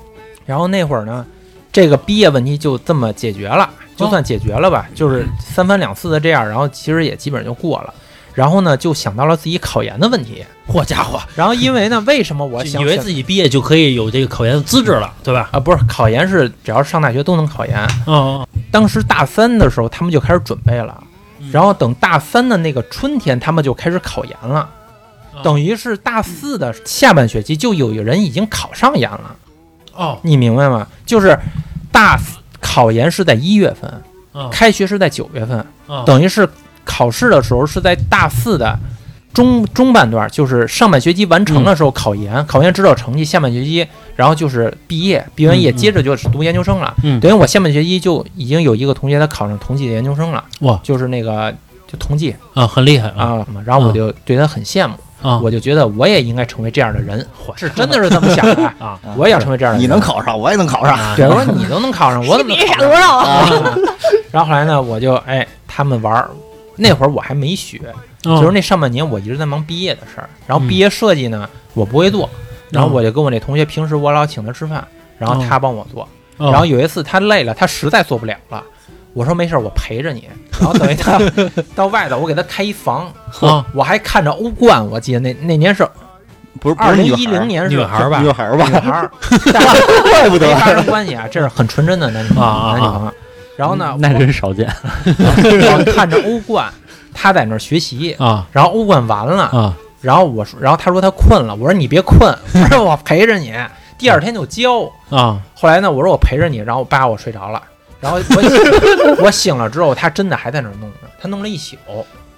[SPEAKER 5] 然后那会儿呢，这个毕业问题就这么解决了，
[SPEAKER 2] 哦
[SPEAKER 5] 就算解决了吧，
[SPEAKER 2] 嗯
[SPEAKER 5] 就是三番两次的这样，然后其实也基本就过了。然后呢，就想到了自己考研的问题。
[SPEAKER 2] 啊！好家伙，
[SPEAKER 5] 然后因为呢，为什么我
[SPEAKER 2] 就
[SPEAKER 5] 想
[SPEAKER 2] 以为
[SPEAKER 5] 想
[SPEAKER 2] 自己毕业就可以有这个考研的资质了，对吧？
[SPEAKER 5] 啊，不是考研是只要上大学都能考研。
[SPEAKER 2] 嗯
[SPEAKER 5] 当时大三的时候，他们就开始准备了
[SPEAKER 2] 嗯。
[SPEAKER 5] 然后等大三的那个春天，他们就开始考研了，
[SPEAKER 2] 啊
[SPEAKER 5] 等于是大四的下半学期就有人已经考上研了，
[SPEAKER 2] 哦
[SPEAKER 5] 你明白吗？就是大四考研是在一月份，
[SPEAKER 2] 啊
[SPEAKER 5] 开学是在九月份，
[SPEAKER 2] 啊
[SPEAKER 5] 等于是考试的时候是在大四的中中半段，就是上半学期完成的时候考研，
[SPEAKER 2] 嗯
[SPEAKER 5] 考研知道成绩，下半学期然后就是毕业，毕完业
[SPEAKER 2] 嗯嗯
[SPEAKER 5] 接着就是读研究生了。
[SPEAKER 2] 嗯
[SPEAKER 5] 等于我下半学期就已经有一个同学他考上同济的研究生了，
[SPEAKER 2] 哇
[SPEAKER 5] 就是那个就同济
[SPEAKER 2] 啊，很厉害啊
[SPEAKER 5] 啊，然后我就对他很羡慕，
[SPEAKER 2] 啊！
[SPEAKER 5] 我就觉得我也应该成为这样的人，
[SPEAKER 2] 嚯
[SPEAKER 5] 是真的是这么想的
[SPEAKER 2] [laughs] 啊
[SPEAKER 3] 啊
[SPEAKER 5] 我也要成为这样的人。
[SPEAKER 3] 你能考上，我也能考上。
[SPEAKER 5] 对，我啊说你都能考上，我
[SPEAKER 4] 是
[SPEAKER 5] 怎么
[SPEAKER 4] 比这
[SPEAKER 5] 考
[SPEAKER 4] 傻
[SPEAKER 5] 不上
[SPEAKER 4] 多少啊？
[SPEAKER 5] 啊，然后后来呢，我就哎，他们玩儿，那会儿我还没学，就是
[SPEAKER 2] 嗯
[SPEAKER 5] 那上半年我一直在忙毕业的事儿，然后
[SPEAKER 2] 嗯
[SPEAKER 5] 毕业设计呢我不会做，然后
[SPEAKER 2] 嗯
[SPEAKER 5] 我就跟我那同学平时我老请他吃饭，然后他帮我做，
[SPEAKER 2] 哦
[SPEAKER 5] 然后有一次他累了，他实在做不了了。我说没事儿，我陪着你。然后等于 [laughs] 他到外头，我给他开一房，
[SPEAKER 2] 啊
[SPEAKER 5] 我还看着欧冠，我记得那那年是
[SPEAKER 3] 不是，不
[SPEAKER 5] 二
[SPEAKER 3] 是
[SPEAKER 5] 零
[SPEAKER 3] 女
[SPEAKER 5] 一零
[SPEAKER 3] 孩
[SPEAKER 5] 年是
[SPEAKER 2] 女孩儿吧
[SPEAKER 3] 女孩儿
[SPEAKER 5] 女
[SPEAKER 3] 吧？
[SPEAKER 5] 孩儿， [laughs] 但是
[SPEAKER 3] [laughs] 怪不
[SPEAKER 5] 没
[SPEAKER 3] 得
[SPEAKER 5] 发生关系啊，这是很纯真的男女朋友
[SPEAKER 2] 啊啊
[SPEAKER 5] 男女朋友。然后呢，
[SPEAKER 6] [laughs] 那真少见。
[SPEAKER 5] 我看着欧冠，他在那儿学习，
[SPEAKER 2] 啊
[SPEAKER 5] 然后欧冠完了，
[SPEAKER 2] 啊
[SPEAKER 5] 然后我说，然后他说他困了，我说你别困，我说我陪着你，第二天就教。
[SPEAKER 2] 啊
[SPEAKER 5] 后来呢，我说我陪着你，然后叭我睡着了，然后我我醒了之后，他真的还在那儿弄着，他弄了一宿，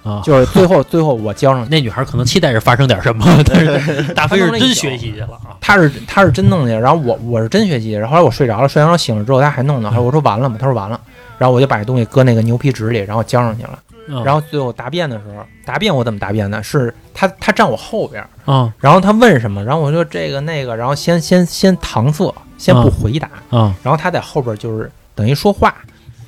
[SPEAKER 2] 啊！
[SPEAKER 5] 就是最后最后我交上去，
[SPEAKER 2] 那女孩可能期待着发生点什么，但
[SPEAKER 5] [laughs]
[SPEAKER 2] 是大飞是真学习去了啊！
[SPEAKER 5] 他是他是真弄去，然后我我是真学习，然后后来我睡着了，睡着了醒了之后他还弄呢，后来我说完了吗？他说完了，然后我就把这东西搁那个牛皮纸里，然后交上去了。
[SPEAKER 2] 嗯
[SPEAKER 5] 然后最后答辩的时候，答辩我怎么答辩呢？是他他站我后边儿，
[SPEAKER 2] 啊
[SPEAKER 5] 然后他问什么，然后我说这个那个，然后先先先搪塞，先不
[SPEAKER 2] 啊
[SPEAKER 5] 回答，
[SPEAKER 2] 啊，
[SPEAKER 5] 然后他在后边就是等于说话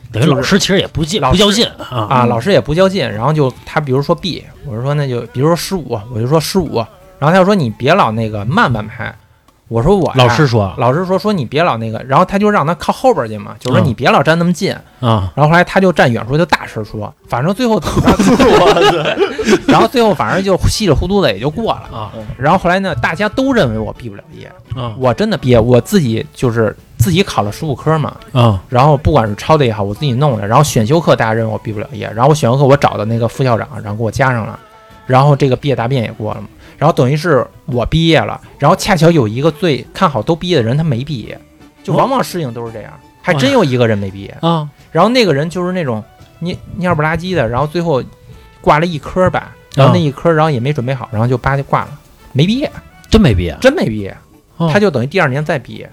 [SPEAKER 2] 等于老师其实也不进
[SPEAKER 5] 老
[SPEAKER 2] 不
[SPEAKER 5] 师
[SPEAKER 2] 较劲啊
[SPEAKER 5] 啊，老师也不较劲，然后就他比如说 B，我就说那就比如说十五，我就说十五，然后他就说你别老那个慢半拍，我说我呀
[SPEAKER 2] 老师说
[SPEAKER 5] 老师说说你别老那个，然后他就让他靠后边去嘛，就是说
[SPEAKER 2] 嗯
[SPEAKER 5] 你别老站那么近，
[SPEAKER 2] 啊
[SPEAKER 5] 然后后来他就站远处就大声说，反正最后怎么着然后最后反正就稀里糊涂的也就过了。
[SPEAKER 2] 啊
[SPEAKER 5] 然后后来呢，大家都认为我毕不了业，
[SPEAKER 2] 啊
[SPEAKER 5] 我真的毕业，我自己就是自己考了十五科嘛，
[SPEAKER 2] 啊
[SPEAKER 5] 然后不管是抄的也好，我自己弄的，然后选修课大家认为我毕不了业，然后我选修课我找的那个副校长，然后给我加上了，然后这个毕业答辩也过了嘛，然后等于是我毕业了，然后恰巧有一个最看好都毕业的人他没毕业，就往往事情都是这样，还真有一个人没毕业，
[SPEAKER 2] 啊
[SPEAKER 5] 然后那个人就是那种蔫蔫不拉几的，然后最后挂了一科吧，然后那一科然后也没准备好，然后就叭就挂了，没毕业，
[SPEAKER 7] 啊
[SPEAKER 2] 真没毕业，
[SPEAKER 5] 真没毕业，
[SPEAKER 2] 哦
[SPEAKER 5] 他就等于第二年再毕业，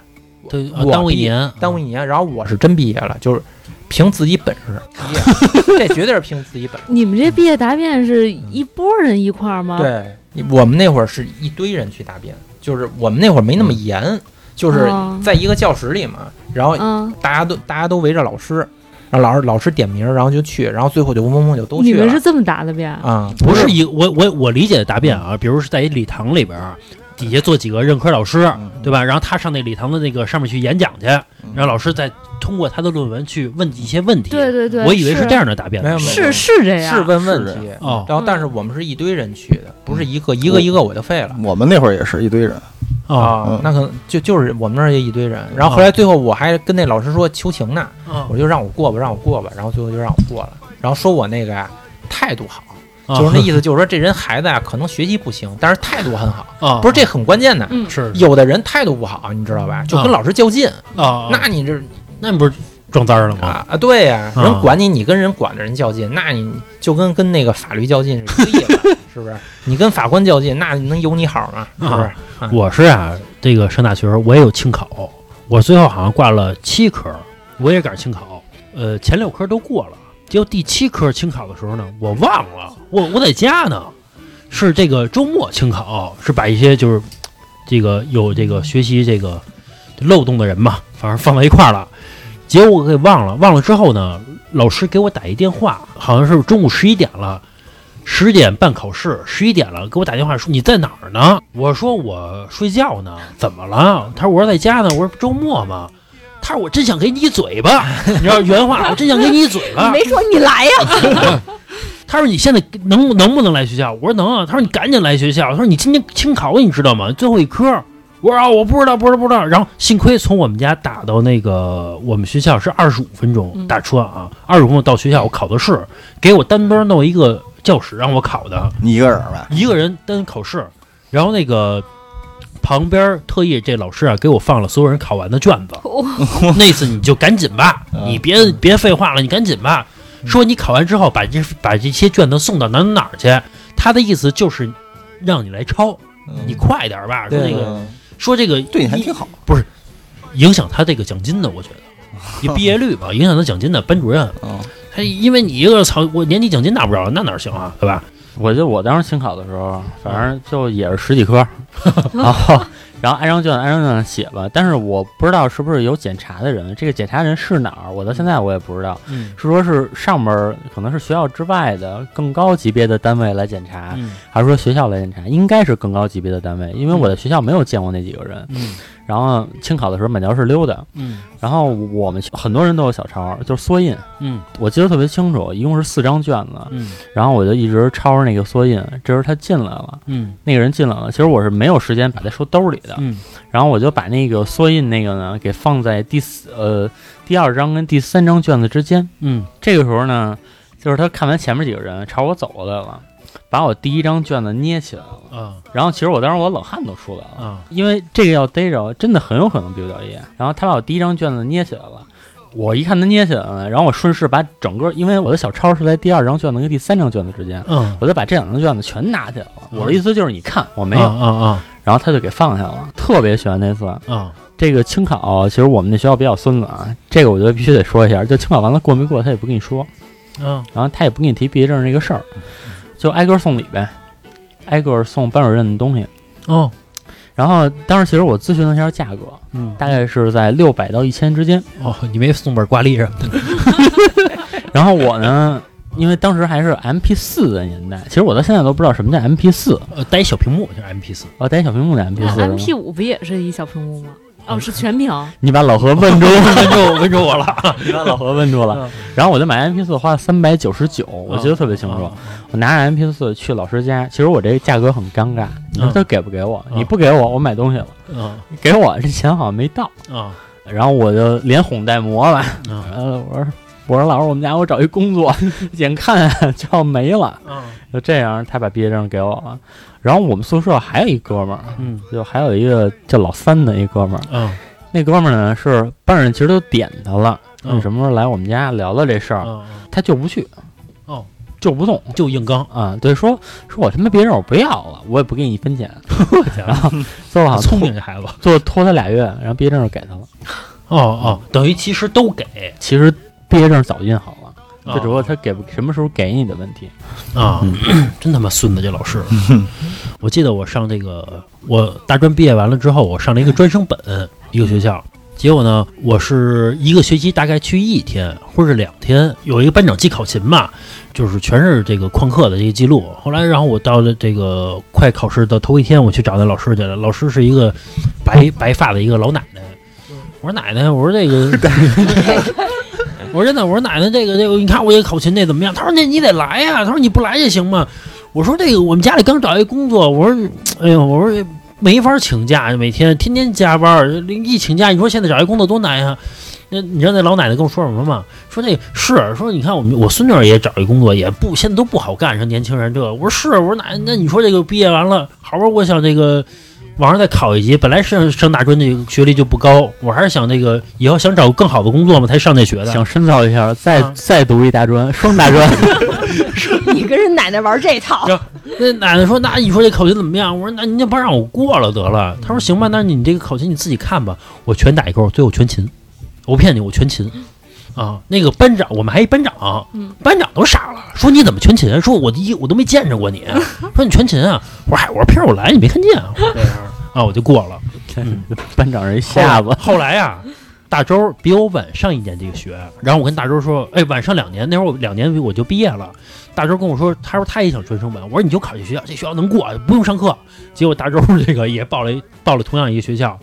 [SPEAKER 2] 对啊
[SPEAKER 5] 我
[SPEAKER 2] 耽误一
[SPEAKER 5] 毕业
[SPEAKER 2] 年，
[SPEAKER 5] 耽误一
[SPEAKER 7] 啊
[SPEAKER 5] 年，然后我是真毕业了，就是凭自己本
[SPEAKER 7] [laughs]
[SPEAKER 5] 事毕业，这绝对是凭自己本事。
[SPEAKER 7] 你们这毕业答辩是一波人一块儿吗？，
[SPEAKER 5] 对，我们那会儿是一堆人去答辩，就是我们那会儿没那么严，就是
[SPEAKER 7] 哦
[SPEAKER 5] 在一个教室里嘛，然后
[SPEAKER 7] 嗯，
[SPEAKER 5] 大家都大家都围着老师，然后老师老师点名，然后就去，然后最后就嗡嗡嗡就都
[SPEAKER 7] 你
[SPEAKER 5] 去
[SPEAKER 7] 们
[SPEAKER 5] 了
[SPEAKER 7] 是。这么答的辩？
[SPEAKER 5] 啊、
[SPEAKER 2] 不是一我我我理解的答辩啊，比如是在一礼堂里边儿，底下坐几个任课老师，
[SPEAKER 5] 嗯
[SPEAKER 2] 对吧？然后他上那礼堂的那个上面去演讲去，然后老师再通过他的论文去问一些问题。
[SPEAKER 7] 对对对，
[SPEAKER 2] 我以为
[SPEAKER 7] 是
[SPEAKER 2] 是这，样的答辩
[SPEAKER 5] 没有没有
[SPEAKER 7] 是是这样，嗯
[SPEAKER 5] 是问问
[SPEAKER 3] 是
[SPEAKER 5] 题。
[SPEAKER 2] 哦
[SPEAKER 5] 然后，但是我们是一堆人去的，不是一个一个一个我就废了
[SPEAKER 3] 我们那会儿也是一堆人，
[SPEAKER 2] 哦
[SPEAKER 5] 啊
[SPEAKER 3] 嗯
[SPEAKER 5] 那可能就就是我们那儿也一堆
[SPEAKER 7] 嗯
[SPEAKER 5] 人。然后后来最后我还跟那老师说求情呢，
[SPEAKER 2] 哦
[SPEAKER 7] 嗯
[SPEAKER 5] 我就让我过吧，让我过吧。然后最后就让我过了，然后说我那个呀态度好，
[SPEAKER 2] 啊
[SPEAKER 5] 就是那意思，就是说这人孩子啊，可能学习不行，但是态度很好，
[SPEAKER 2] 啊，
[SPEAKER 5] 不是这很关键的。
[SPEAKER 7] 嗯，
[SPEAKER 2] 哦是
[SPEAKER 5] 有的人态度不好，你知道吧？就跟
[SPEAKER 2] 啊
[SPEAKER 5] 老师较劲，
[SPEAKER 7] 嗯
[SPEAKER 2] 啊，
[SPEAKER 5] 那你这
[SPEAKER 2] 那不是撞单了吗？
[SPEAKER 5] 啊啊，对呀、
[SPEAKER 2] 啊
[SPEAKER 5] 人管你，你跟人管着人较劲，那你就跟跟那个法律较劲是一个意 [laughs] 思，是不是？你跟法官较劲，那你能有你好吗？是不是？
[SPEAKER 2] 我是啊，这个上大学时候我也有清考，我最后好像挂了七科，我也赶上清考，呃，前六科都过了，结果第七科清考的时候呢，我忘了，我我在家呢，是这个周末清考，是把一些就是这个有这个学习这个漏洞的人嘛，反正放到一块儿了，结果我给忘了，忘了之后呢，老师给我打一电话，好像是中午十一点了。十点半考试，十一点了，给我打电话说你在哪儿呢？我说我睡觉呢，怎么了？他说我说在家呢，我说周末嘛。他说我真想给你一嘴巴，你知道原话，我真想给你一嘴
[SPEAKER 4] 你
[SPEAKER 2] 巴。
[SPEAKER 4] [laughs] 没说你来呀、
[SPEAKER 2] 他说你现在能能不能来学校？我说能啊。他说你赶紧来学校。他说你今天清考你知道吗？最后一科。我说啊，我不知道，不知道，不知道。然后幸亏从我们家打到那个我们学校是二十五分钟
[SPEAKER 7] 嗯
[SPEAKER 2] 打车啊，二十五分钟到学校，我考的试，给我单独弄一个教室让我考的。
[SPEAKER 3] 你一个人吧，
[SPEAKER 2] 一个人单考试，然后那个旁边儿特意这老师啊给我放了所有人考完的卷子， [laughs] 那次你就赶紧吧，
[SPEAKER 3] 嗯
[SPEAKER 2] 你别别废话了，你赶紧吧。说你考完之后把这把这些卷子送到哪儿哪儿去，他的意思就是让你来抄，你快点儿吧。说
[SPEAKER 5] 对
[SPEAKER 2] 这嗯个
[SPEAKER 3] 嗯
[SPEAKER 2] 说这个
[SPEAKER 3] 对你还挺好，
[SPEAKER 2] 影响他这个奖金的，我
[SPEAKER 3] [laughs]
[SPEAKER 2] 觉得。你毕业率吧，影响他奖金的班主任，
[SPEAKER 3] 嗯
[SPEAKER 2] 他因为你一个操，我年底奖金拿不着，那哪行啊，对吧？
[SPEAKER 6] 我就我当时清考的时候，反正就也是十几科，然后然后按张卷按张卷写吧，但是我不知道是不是有检查的人，这个检查人是哪儿，我到现在我也不知道，
[SPEAKER 5] 嗯
[SPEAKER 6] 是说是上面儿可能是学校之外的更高级别的单位来检
[SPEAKER 2] 哎
[SPEAKER 6] 查，
[SPEAKER 5] 嗯
[SPEAKER 6] 还是说学校来检查？应该是更高级别的单位，因为我在学校没有见过那几个人。
[SPEAKER 5] 嗯
[SPEAKER 6] 然后清考的时候满教室溜达，
[SPEAKER 5] 嗯
[SPEAKER 6] 然后我们很多人都有小抄，就是缩印。
[SPEAKER 5] 嗯，
[SPEAKER 6] 我记得特别清楚，一共是四张卷子，
[SPEAKER 5] 嗯
[SPEAKER 6] 然后我就一直抄着那个缩印。这时候他进来了，
[SPEAKER 5] 嗯
[SPEAKER 6] 那个人进来了，其实我是没有时间把它收兜里的，
[SPEAKER 5] 嗯
[SPEAKER 6] 然后我就把那个缩印那个呢给放在第四呃第二张跟第三张卷子之间。
[SPEAKER 5] 嗯
[SPEAKER 6] 这个时候呢，就是他看完前面几个人朝我走过来了，把我第一张卷子捏起来了。
[SPEAKER 2] 啊
[SPEAKER 6] 然后其实我当时我冷汗都出来了，
[SPEAKER 2] 啊
[SPEAKER 6] 因为这个要逮着，真的很有可能毕不了业。然后他把我第一张卷子捏起来了，我一看他捏起来了，然后我顺势把整个，因为我的小抄是在第二张卷子跟第三张卷子之间，
[SPEAKER 2] 嗯，
[SPEAKER 6] 我就把这两张卷子全拿起来了。
[SPEAKER 2] 嗯
[SPEAKER 6] 我的意思就是你看我没有，
[SPEAKER 2] 啊啊
[SPEAKER 6] 然后他就给放下了。特别喜欢那次
[SPEAKER 2] 啊啊
[SPEAKER 6] 这个清考，其实我们那学校比较孙子啊，这个我觉得必须得说一下，就清考完了过没过他也不跟你说。
[SPEAKER 2] 啊
[SPEAKER 6] 然后他也不给你提毕业证这个事儿，就挨个儿送礼呗，挨个儿送班主任的东西。
[SPEAKER 2] 哦
[SPEAKER 6] 然后当时其实我咨询了一下价格，
[SPEAKER 2] 嗯
[SPEAKER 6] 大概是在六百到一千之间。
[SPEAKER 2] 哦，你没送本挂历什么的？
[SPEAKER 6] 然后我呢， [laughs] 因为当时还是 MP 四的年代，其实我到现在都不知道什么叫 MP 四，
[SPEAKER 2] [laughs] 呃，带一小屏幕就是 MP 四，
[SPEAKER 6] 我带小屏幕的 MP
[SPEAKER 7] 那
[SPEAKER 6] 四。
[SPEAKER 7] M P 五不也是一小屏幕吗？哦，是全屏。
[SPEAKER 6] 你把老何问
[SPEAKER 2] [laughs]
[SPEAKER 6] 住，
[SPEAKER 2] 问住问住我了。
[SPEAKER 6] [laughs]
[SPEAKER 2] 嗯
[SPEAKER 6] 你把老何问住了。然后我就买 MP 四，花了三百九十九，我记得特别清楚。
[SPEAKER 2] 嗯
[SPEAKER 6] 我拿着 MP 四去老师家，其实我这个价格很尴尬，你说
[SPEAKER 2] 嗯
[SPEAKER 6] 他给不给我？
[SPEAKER 2] 嗯
[SPEAKER 6] 你不给我，我买东西了。
[SPEAKER 2] 啊
[SPEAKER 6] 给我这钱好像没到，
[SPEAKER 2] 啊
[SPEAKER 6] 然后我就连哄带磨吧，
[SPEAKER 2] 啊
[SPEAKER 6] 呃，我说我说老师，我们家我找一工作， [laughs] 眼看就要没了，
[SPEAKER 2] 啊！
[SPEAKER 6] 就这样，他把毕业证给我了。然后我们宿舍还有一哥们儿，
[SPEAKER 2] 嗯
[SPEAKER 6] 就还有一个叫老三的一哥们儿，
[SPEAKER 2] 啊
[SPEAKER 6] 那哥们儿呢是班主任其实都点他了，
[SPEAKER 2] 嗯
[SPEAKER 6] 你什么时候来我们家聊聊这事儿，
[SPEAKER 2] 啊！
[SPEAKER 6] 他就不去，
[SPEAKER 2] 哦，
[SPEAKER 6] 就不动。
[SPEAKER 2] 就硬刚，
[SPEAKER 6] 啊，对，说说我他妈别人我不要了，我也不给你
[SPEAKER 2] [laughs]
[SPEAKER 6] 一分钱。然后最后
[SPEAKER 2] 啊
[SPEAKER 6] 好像
[SPEAKER 2] 聪
[SPEAKER 6] 拖
[SPEAKER 2] 明这孩子。
[SPEAKER 6] 最后拖他俩月，然后毕业证就给他了。
[SPEAKER 2] 哦哦，等于其实都给，
[SPEAKER 6] 其实毕业证早印好了，
[SPEAKER 2] 啊
[SPEAKER 6] 这只不过他给不什么时候给你的问题。
[SPEAKER 2] 啊，真他妈孙子这老师。我记得我上这个，我大专毕业完了之后，我上了一个专升本，一个学校。结果呢，我是一个学期大概去一天或者两天，有一个班长记考勤嘛，就是全是这个旷课的这个记录。后来，然后我到了这个快考试的头一天，我去找那老师去了。老师是一个白白发的一个老奶奶。我说奶奶，我说这个我说真的，我说奶奶，这个这个，你看我这考勤这怎么样？他说那你得来呀、他说你不来也行嘛。我说这个我们家里刚找一工作，我说哎呦，我说没法请假，每天天天加班，一请假，你说现在找一工作多难呀？那你知道那老奶奶跟我说什么吗？说那是说你看我们我孙女儿也找一工作也不现在都不好干，说年轻人这个，我说是，我说奶那你说这个毕业完了，好不容易我想这个网上再考一级，本来上上大专这个学历就不高，我还是想这个以后想找更好的工作嘛，才上这学的。
[SPEAKER 6] 想深造一下，再
[SPEAKER 2] 啊
[SPEAKER 6] 再读一大专，双大专，
[SPEAKER 2] [laughs]
[SPEAKER 4] 你跟人奶奶玩这套，
[SPEAKER 2] 那奶奶说：“那你说这考勤怎么样？”我说：“那您就不让我过了得了。”他说：“行吧，那你这个考勤你自己看吧，我全打一勾，最后全勤。我不骗你，我全勤。”啊，那个班长，我们还一班长
[SPEAKER 7] 嗯，
[SPEAKER 2] 班长都傻了，说你怎么全勤？说我一我都没见着过你，说你全勤啊？我说嗨，我说片儿我来，你没看见啊？我这样啊，我就过了。嗯
[SPEAKER 6] [laughs] 班长是一下巴。
[SPEAKER 2] 后来呀、大周比我晚上一年这个学，然后我跟大周说，哎，晚上两年，那会儿我两年我就毕业了。大周跟我说，他说他也想专升本，我说你就考这学校，这学校能过，不用上课。结果大周这个也报了一报了同样一个学校，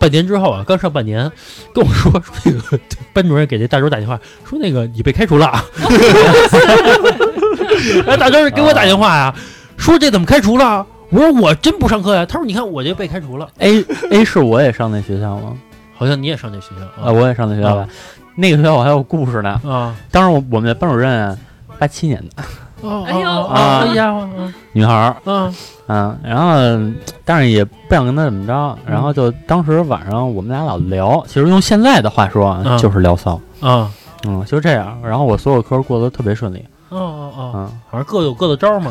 [SPEAKER 2] 半年之后啊，刚上半年，跟我说说那个班主任给这大周打电话，说那个你被开除了啊。 [laughs] 然后大周给我打电话呀、说这怎么开除了？啊我说我真不上课呀、他说你看我这被开除了，
[SPEAKER 6] A A 是我也上那学校吗？
[SPEAKER 2] 好像你也上这学校
[SPEAKER 6] 啊，我也上那学校吧。那个学校我还有故事呢。
[SPEAKER 2] 啊，
[SPEAKER 6] 当时我我们的班主任啊八七年的
[SPEAKER 2] 哦，
[SPEAKER 7] 哎呦
[SPEAKER 2] 啊，
[SPEAKER 6] 哎
[SPEAKER 2] 呀，
[SPEAKER 6] 女孩儿，
[SPEAKER 2] 嗯
[SPEAKER 6] 嗯，然后但是也不想跟她怎么
[SPEAKER 2] 嗯
[SPEAKER 6] 着，然后就当时晚上我们俩老聊，其实用现在的话说啊，
[SPEAKER 2] 嗯
[SPEAKER 6] 就是聊骚，
[SPEAKER 2] 啊，
[SPEAKER 6] 嗯，就这样。然后我所有科过得都特别顺利，
[SPEAKER 2] 哦哦哦，
[SPEAKER 6] 嗯，
[SPEAKER 2] 反正各有各的招儿
[SPEAKER 7] [laughs]
[SPEAKER 2] 嘛。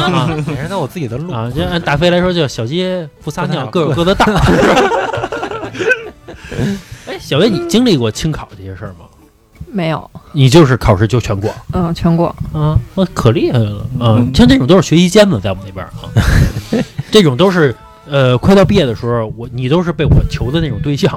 [SPEAKER 2] 啊
[SPEAKER 5] 每人都有自己的路。
[SPEAKER 2] 啊，就按大飞来说，叫小鸡不撒尿，各有各的
[SPEAKER 7] [laughs]
[SPEAKER 2] 大。哎，小薇，
[SPEAKER 7] 嗯
[SPEAKER 2] 你经历过清考这些事儿吗？
[SPEAKER 4] 没有，
[SPEAKER 2] 你就是考试就全过
[SPEAKER 4] 嗯，全过。
[SPEAKER 2] 啊，那可厉害了啊！像这种都是学习尖子，在我们那边儿 [laughs] 啊，这种都是呃，快到毕业的时候，我你都是被我求的那种对象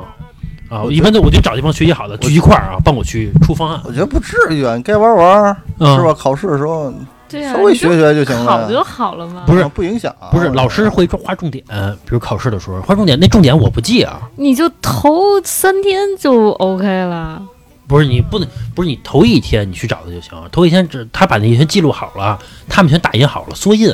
[SPEAKER 2] 啊。我一般都我就找这帮学习好的聚一块儿啊，帮我去出方案，
[SPEAKER 3] 我觉得不至于啊，你该玩玩
[SPEAKER 2] 嗯
[SPEAKER 3] 是吧？考试的时候
[SPEAKER 7] 对呀，
[SPEAKER 3] 稍微
[SPEAKER 7] 你就
[SPEAKER 3] 学学就行
[SPEAKER 7] 考
[SPEAKER 3] 了
[SPEAKER 7] 不，就好了吗？
[SPEAKER 2] 不是
[SPEAKER 3] 啊不影响
[SPEAKER 5] 哦
[SPEAKER 3] 啊。
[SPEAKER 2] 不是，
[SPEAKER 3] 我
[SPEAKER 2] 老师会划重点，比如考试的时候划重点，那重点我不记啊。
[SPEAKER 7] 你就头三天就 OK 了。
[SPEAKER 2] 不是你不能，不是你头一天你去找他就行，头一天只他把那些全记录好了，他们全打印好了，缩印，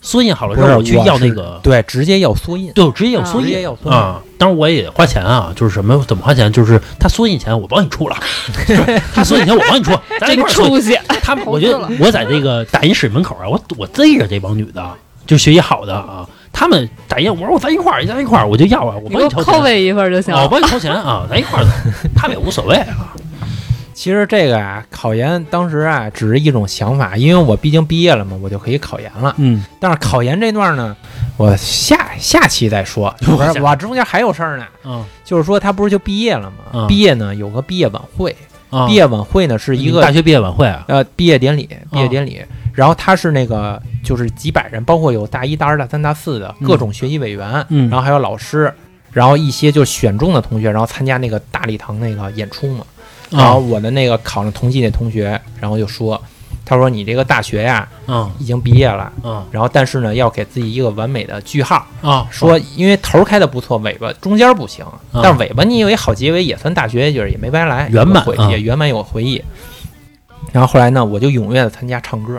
[SPEAKER 2] 缩印好了
[SPEAKER 5] 不是
[SPEAKER 2] 让我去
[SPEAKER 5] 我
[SPEAKER 2] 要
[SPEAKER 5] 是
[SPEAKER 2] 那个，
[SPEAKER 5] 对，直接要缩印，
[SPEAKER 2] 对，我直接要
[SPEAKER 7] 啊
[SPEAKER 2] 缩
[SPEAKER 5] 直接
[SPEAKER 2] 印
[SPEAKER 5] 要缩印。
[SPEAKER 2] 啊。当然我也花钱啊，就是什么怎么花钱，就是他缩印钱我帮你出了， [laughs] 他缩印钱我帮你出，咱俩一
[SPEAKER 7] 这
[SPEAKER 2] 块
[SPEAKER 7] 个
[SPEAKER 2] 儿缩印
[SPEAKER 7] 出息，
[SPEAKER 2] 他们，
[SPEAKER 4] 投
[SPEAKER 2] 我
[SPEAKER 4] 资
[SPEAKER 2] 觉得
[SPEAKER 4] 了
[SPEAKER 2] 我在这个打印室门口啊，我我逮着这帮女的，就学习好的啊，他们打印，我说我咱一块儿，咱一块儿，我就要啊，我
[SPEAKER 7] 你
[SPEAKER 2] 帮
[SPEAKER 7] 给
[SPEAKER 2] 你
[SPEAKER 7] 我
[SPEAKER 2] 掏
[SPEAKER 7] 扣
[SPEAKER 2] 钱，
[SPEAKER 7] 背一份儿就行
[SPEAKER 2] 啊我
[SPEAKER 7] 了。
[SPEAKER 2] 帮你掏钱啊，咱一块儿走，他们也无所谓啊。
[SPEAKER 5] 其实这个啊，考研当时啊，只是一种想法，因为我毕竟毕业了嘛，我就可以考研了。
[SPEAKER 2] 嗯，
[SPEAKER 5] 但是考研这段呢，我下下期再说。不是， [laughs] 我嗯中间还有事儿呢，
[SPEAKER 2] 啊
[SPEAKER 5] 就是说他不是就毕业了吗？
[SPEAKER 2] 嗯
[SPEAKER 5] 毕业呢有个毕业晚会，
[SPEAKER 2] 啊，
[SPEAKER 5] 毕业晚会呢是一
[SPEAKER 2] 你们大
[SPEAKER 5] 个
[SPEAKER 2] 学毕业晚会啊，
[SPEAKER 5] 呃毕业典礼，毕业典礼。然后他是那个就是几百人，包括有大一、大二、大三、大四的
[SPEAKER 2] 嗯
[SPEAKER 5] 各种学习委员，
[SPEAKER 2] 嗯
[SPEAKER 5] 然后还有老师，然后一些就选中的同学，然后参加那个大礼堂那个演出嘛。然后
[SPEAKER 2] 啊
[SPEAKER 5] 我的那个考上同济那同学，然后就说，他说你这个大学呀
[SPEAKER 2] 啊
[SPEAKER 5] 已经毕业了，
[SPEAKER 2] 啊
[SPEAKER 5] 然后但是呢要给自己一个完美的句号，
[SPEAKER 2] 啊，
[SPEAKER 5] 说因为头儿开的不错，尾巴中间儿不行，但是尾巴你有一好结尾也算大学，就是也没白来，
[SPEAKER 2] 圆满
[SPEAKER 5] 有个
[SPEAKER 2] 啊
[SPEAKER 5] 回也嗯圆满有嗯个回忆。然后后来呢，我就踊跃的参加唱歌，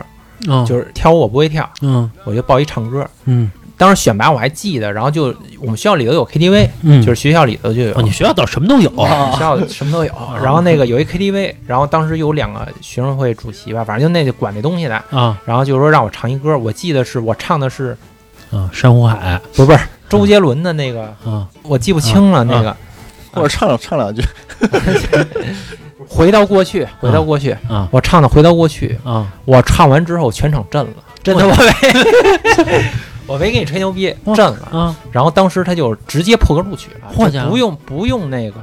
[SPEAKER 2] 啊
[SPEAKER 5] 就是跳舞我不会跳，
[SPEAKER 2] 嗯
[SPEAKER 5] 我就报一唱歌。
[SPEAKER 2] 嗯
[SPEAKER 5] 当时选拔我还记得，然后就我们学校里头有 KTV，
[SPEAKER 2] 嗯，
[SPEAKER 5] 就是学校里头就有
[SPEAKER 2] 哦，你学校倒什么都有啊
[SPEAKER 5] 我们学校什么都有。 [laughs] 然后那个有一 KTV，然后当时有两个学生会主席吧，反正就那就管这东西的。
[SPEAKER 2] 啊
[SPEAKER 5] 然后就说让我唱一歌，我记得是我唱的是
[SPEAKER 2] 啊，珊瑚海
[SPEAKER 5] 不是不是嗯周杰伦的那个，
[SPEAKER 2] 啊
[SPEAKER 5] 我记不清了那个。
[SPEAKER 3] 或者唱两唱两句，
[SPEAKER 5] 回到过去，回到过去，
[SPEAKER 2] 啊
[SPEAKER 5] 我唱的《回到过去》，
[SPEAKER 2] 啊，
[SPEAKER 5] 我唱完之后全场震了，真的我没， [laughs] 我没给你吹牛逼，
[SPEAKER 2] 哇
[SPEAKER 5] 震了。
[SPEAKER 2] 啊
[SPEAKER 5] 然后当时他就直接破格录取了，
[SPEAKER 2] 嚯
[SPEAKER 5] 就
[SPEAKER 2] 家伙
[SPEAKER 5] 不用不用那个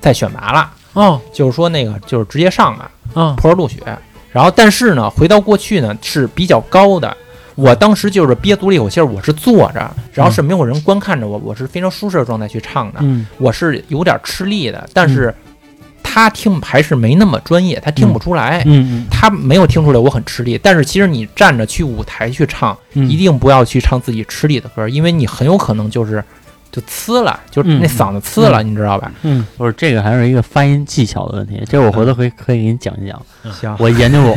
[SPEAKER 5] 再选拔了，
[SPEAKER 2] 哦
[SPEAKER 5] 就是说那个就是直接上吧，
[SPEAKER 2] 啊
[SPEAKER 5] 破格录取。然后但是呢，回到过去呢是比较高的。我当时就是憋足了一口气儿，我是坐着，然后是没有人观看着我，我是非常舒适的状态去唱的。
[SPEAKER 2] 嗯
[SPEAKER 5] 我是有点吃力的，但是他听还是没那么专业，他听不出来，
[SPEAKER 2] 嗯
[SPEAKER 5] 他没有听出来我很吃力。但是其实你站着去舞台去唱，
[SPEAKER 2] 嗯，
[SPEAKER 5] 一定不要去唱自己吃力的歌，因为你很有可能就是就呲了，就是
[SPEAKER 2] 嗯
[SPEAKER 5] 那嗓子呲了，你知道吧？
[SPEAKER 2] 嗯
[SPEAKER 6] 不是这个
[SPEAKER 2] 嗯
[SPEAKER 3] 嗯 [laughs]
[SPEAKER 6] 还是一个发音技巧的问题，这我回头可以可以给你讲一讲，
[SPEAKER 5] 行
[SPEAKER 6] 我研究过。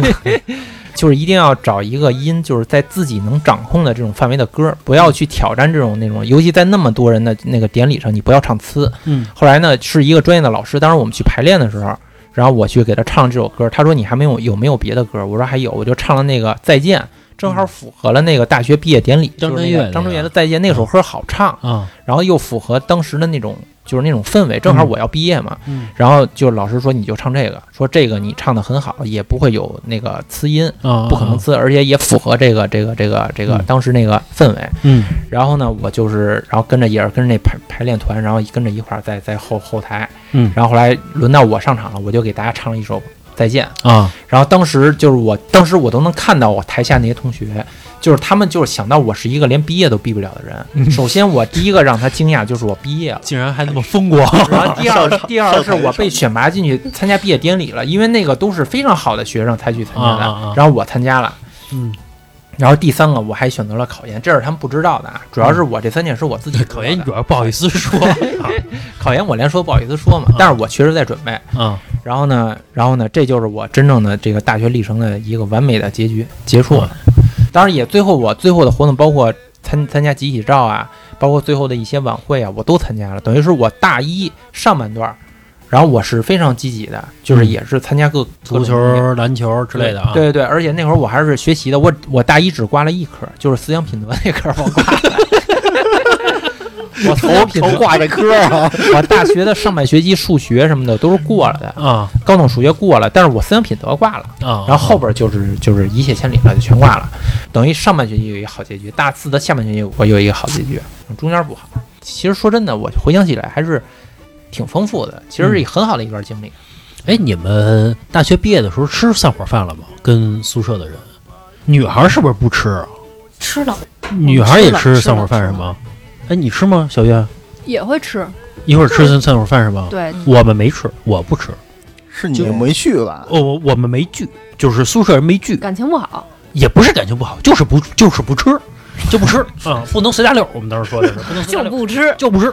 [SPEAKER 5] 就是一定要找一个音，就是在自己能掌控的这种范围的歌，
[SPEAKER 2] 嗯
[SPEAKER 5] 不要去挑战这种那种，尤其在那么多人的那个典礼上，你不要唱呲。
[SPEAKER 6] 嗯，
[SPEAKER 5] 后来呢，是一个专业的老师，当时我们去排练的时候，然后我去给他唱这首歌，他说你还没有有没有别的歌？我说还有，我就唱了那个《再见》，正好符合了那个大学毕业典礼，
[SPEAKER 2] 嗯张
[SPEAKER 5] 就是
[SPEAKER 2] 震
[SPEAKER 5] 那
[SPEAKER 2] 岳
[SPEAKER 5] 个
[SPEAKER 2] 那
[SPEAKER 5] 张震岳
[SPEAKER 2] 个嗯
[SPEAKER 5] 的《再见》那首歌好唱，
[SPEAKER 2] 啊，
[SPEAKER 5] 然后又符合当时的那种就是那种氛围，正好我要毕业嘛，
[SPEAKER 6] 嗯
[SPEAKER 5] 然后就老师说你就唱这个，说这个你唱的很好，也不会有那个呲音，
[SPEAKER 2] 啊
[SPEAKER 5] 不可能，呲，而且也符合这个这个这个这个
[SPEAKER 2] 嗯
[SPEAKER 5] 当时那个氛围。
[SPEAKER 2] 嗯
[SPEAKER 5] 然后呢，我就是然后跟着也是跟着那排排练团，然后跟着一块儿在在后后台，
[SPEAKER 2] 嗯
[SPEAKER 5] 然后后来轮到我上场了，我就给大家唱了一首《再见》。
[SPEAKER 2] 啊，
[SPEAKER 5] 然后当时就是我，当时我都能看到我台下那些同学，就是他们就是想到我是一个连毕业都毕不了的
[SPEAKER 2] 嗯
[SPEAKER 5] 人。首先，我第一个让他惊讶就是我毕业了。
[SPEAKER 2] 竟然还那么风光，
[SPEAKER 5] [laughs] 然后第二
[SPEAKER 3] 上，场
[SPEAKER 5] 第二
[SPEAKER 3] 上
[SPEAKER 5] 是
[SPEAKER 3] 台
[SPEAKER 5] 我
[SPEAKER 3] 上
[SPEAKER 5] 被选拔进去参加毕业典礼了，因为那个都是非常好的学生才去参加
[SPEAKER 2] 啊啊啊
[SPEAKER 5] 的，然后我参加了。
[SPEAKER 2] 嗯，
[SPEAKER 5] 然后第三个我还选择了考研，这是他们不知道的啊，主要是我这三件是我自己知道
[SPEAKER 2] 嗯
[SPEAKER 5] 的
[SPEAKER 2] 考研你主要不好意思 [laughs] 说啊
[SPEAKER 5] 考研我连说不好意思说嘛，但是我确实在准备。
[SPEAKER 2] 啊，
[SPEAKER 5] 然后呢，然后呢，这就是我真正的这个大学历程的一个完美的结局结束了。
[SPEAKER 2] 嗯
[SPEAKER 5] 当然也最后我最后的活动包括参参加集体照啊，包括最后的一些晚会啊，我都参加了。等于是我大一上半段儿，然后我是非常积极的，就是也是参加各
[SPEAKER 2] 嗯足球、篮球之类的啊，
[SPEAKER 5] 对对对，而且那会儿我还是学习的，我我大一只刮了一科， [laughs] 就是思想品德那科我挂
[SPEAKER 2] [laughs]
[SPEAKER 5] 了。我思想品
[SPEAKER 3] 头
[SPEAKER 5] 德，
[SPEAKER 3] 挂着科啊，
[SPEAKER 5] [laughs] 我大学的上半学期数学什么的都是过了的，
[SPEAKER 2] 啊
[SPEAKER 5] 高等数学过了，但是我思想品德挂了。
[SPEAKER 2] 啊，
[SPEAKER 5] 然后后边就是就是一泻千里了，就全挂了。等于上半学期有一个好结局，大四的下半学期我有一个好结局，中间不好。其实说真的，我回想起来还是挺丰富的，其实是很好的一段经历。
[SPEAKER 2] 哎，你们大学毕业的时候吃散伙饭了吗？跟宿舍的人，女孩儿是不是不吃？啊？
[SPEAKER 7] 吃了，
[SPEAKER 2] 女孩儿也
[SPEAKER 7] 吃了
[SPEAKER 2] 散伙饭是吗？哎，你吃吗，小月？
[SPEAKER 4] 也会吃，
[SPEAKER 2] 一会儿吃散散伙饭是吗？
[SPEAKER 4] 对，
[SPEAKER 2] 我们没吃，我不吃。
[SPEAKER 3] 是你没去吧？
[SPEAKER 2] 哦，我我们没聚，就是宿舍人没聚，
[SPEAKER 4] 感情不好，
[SPEAKER 2] 也不是感情不好，就是不就是不吃，就不吃 [laughs] 啊，不能随大溜儿。我们当时说的是不能随
[SPEAKER 7] 就
[SPEAKER 2] 大溜儿，
[SPEAKER 7] 不吃
[SPEAKER 2] [laughs] 就不吃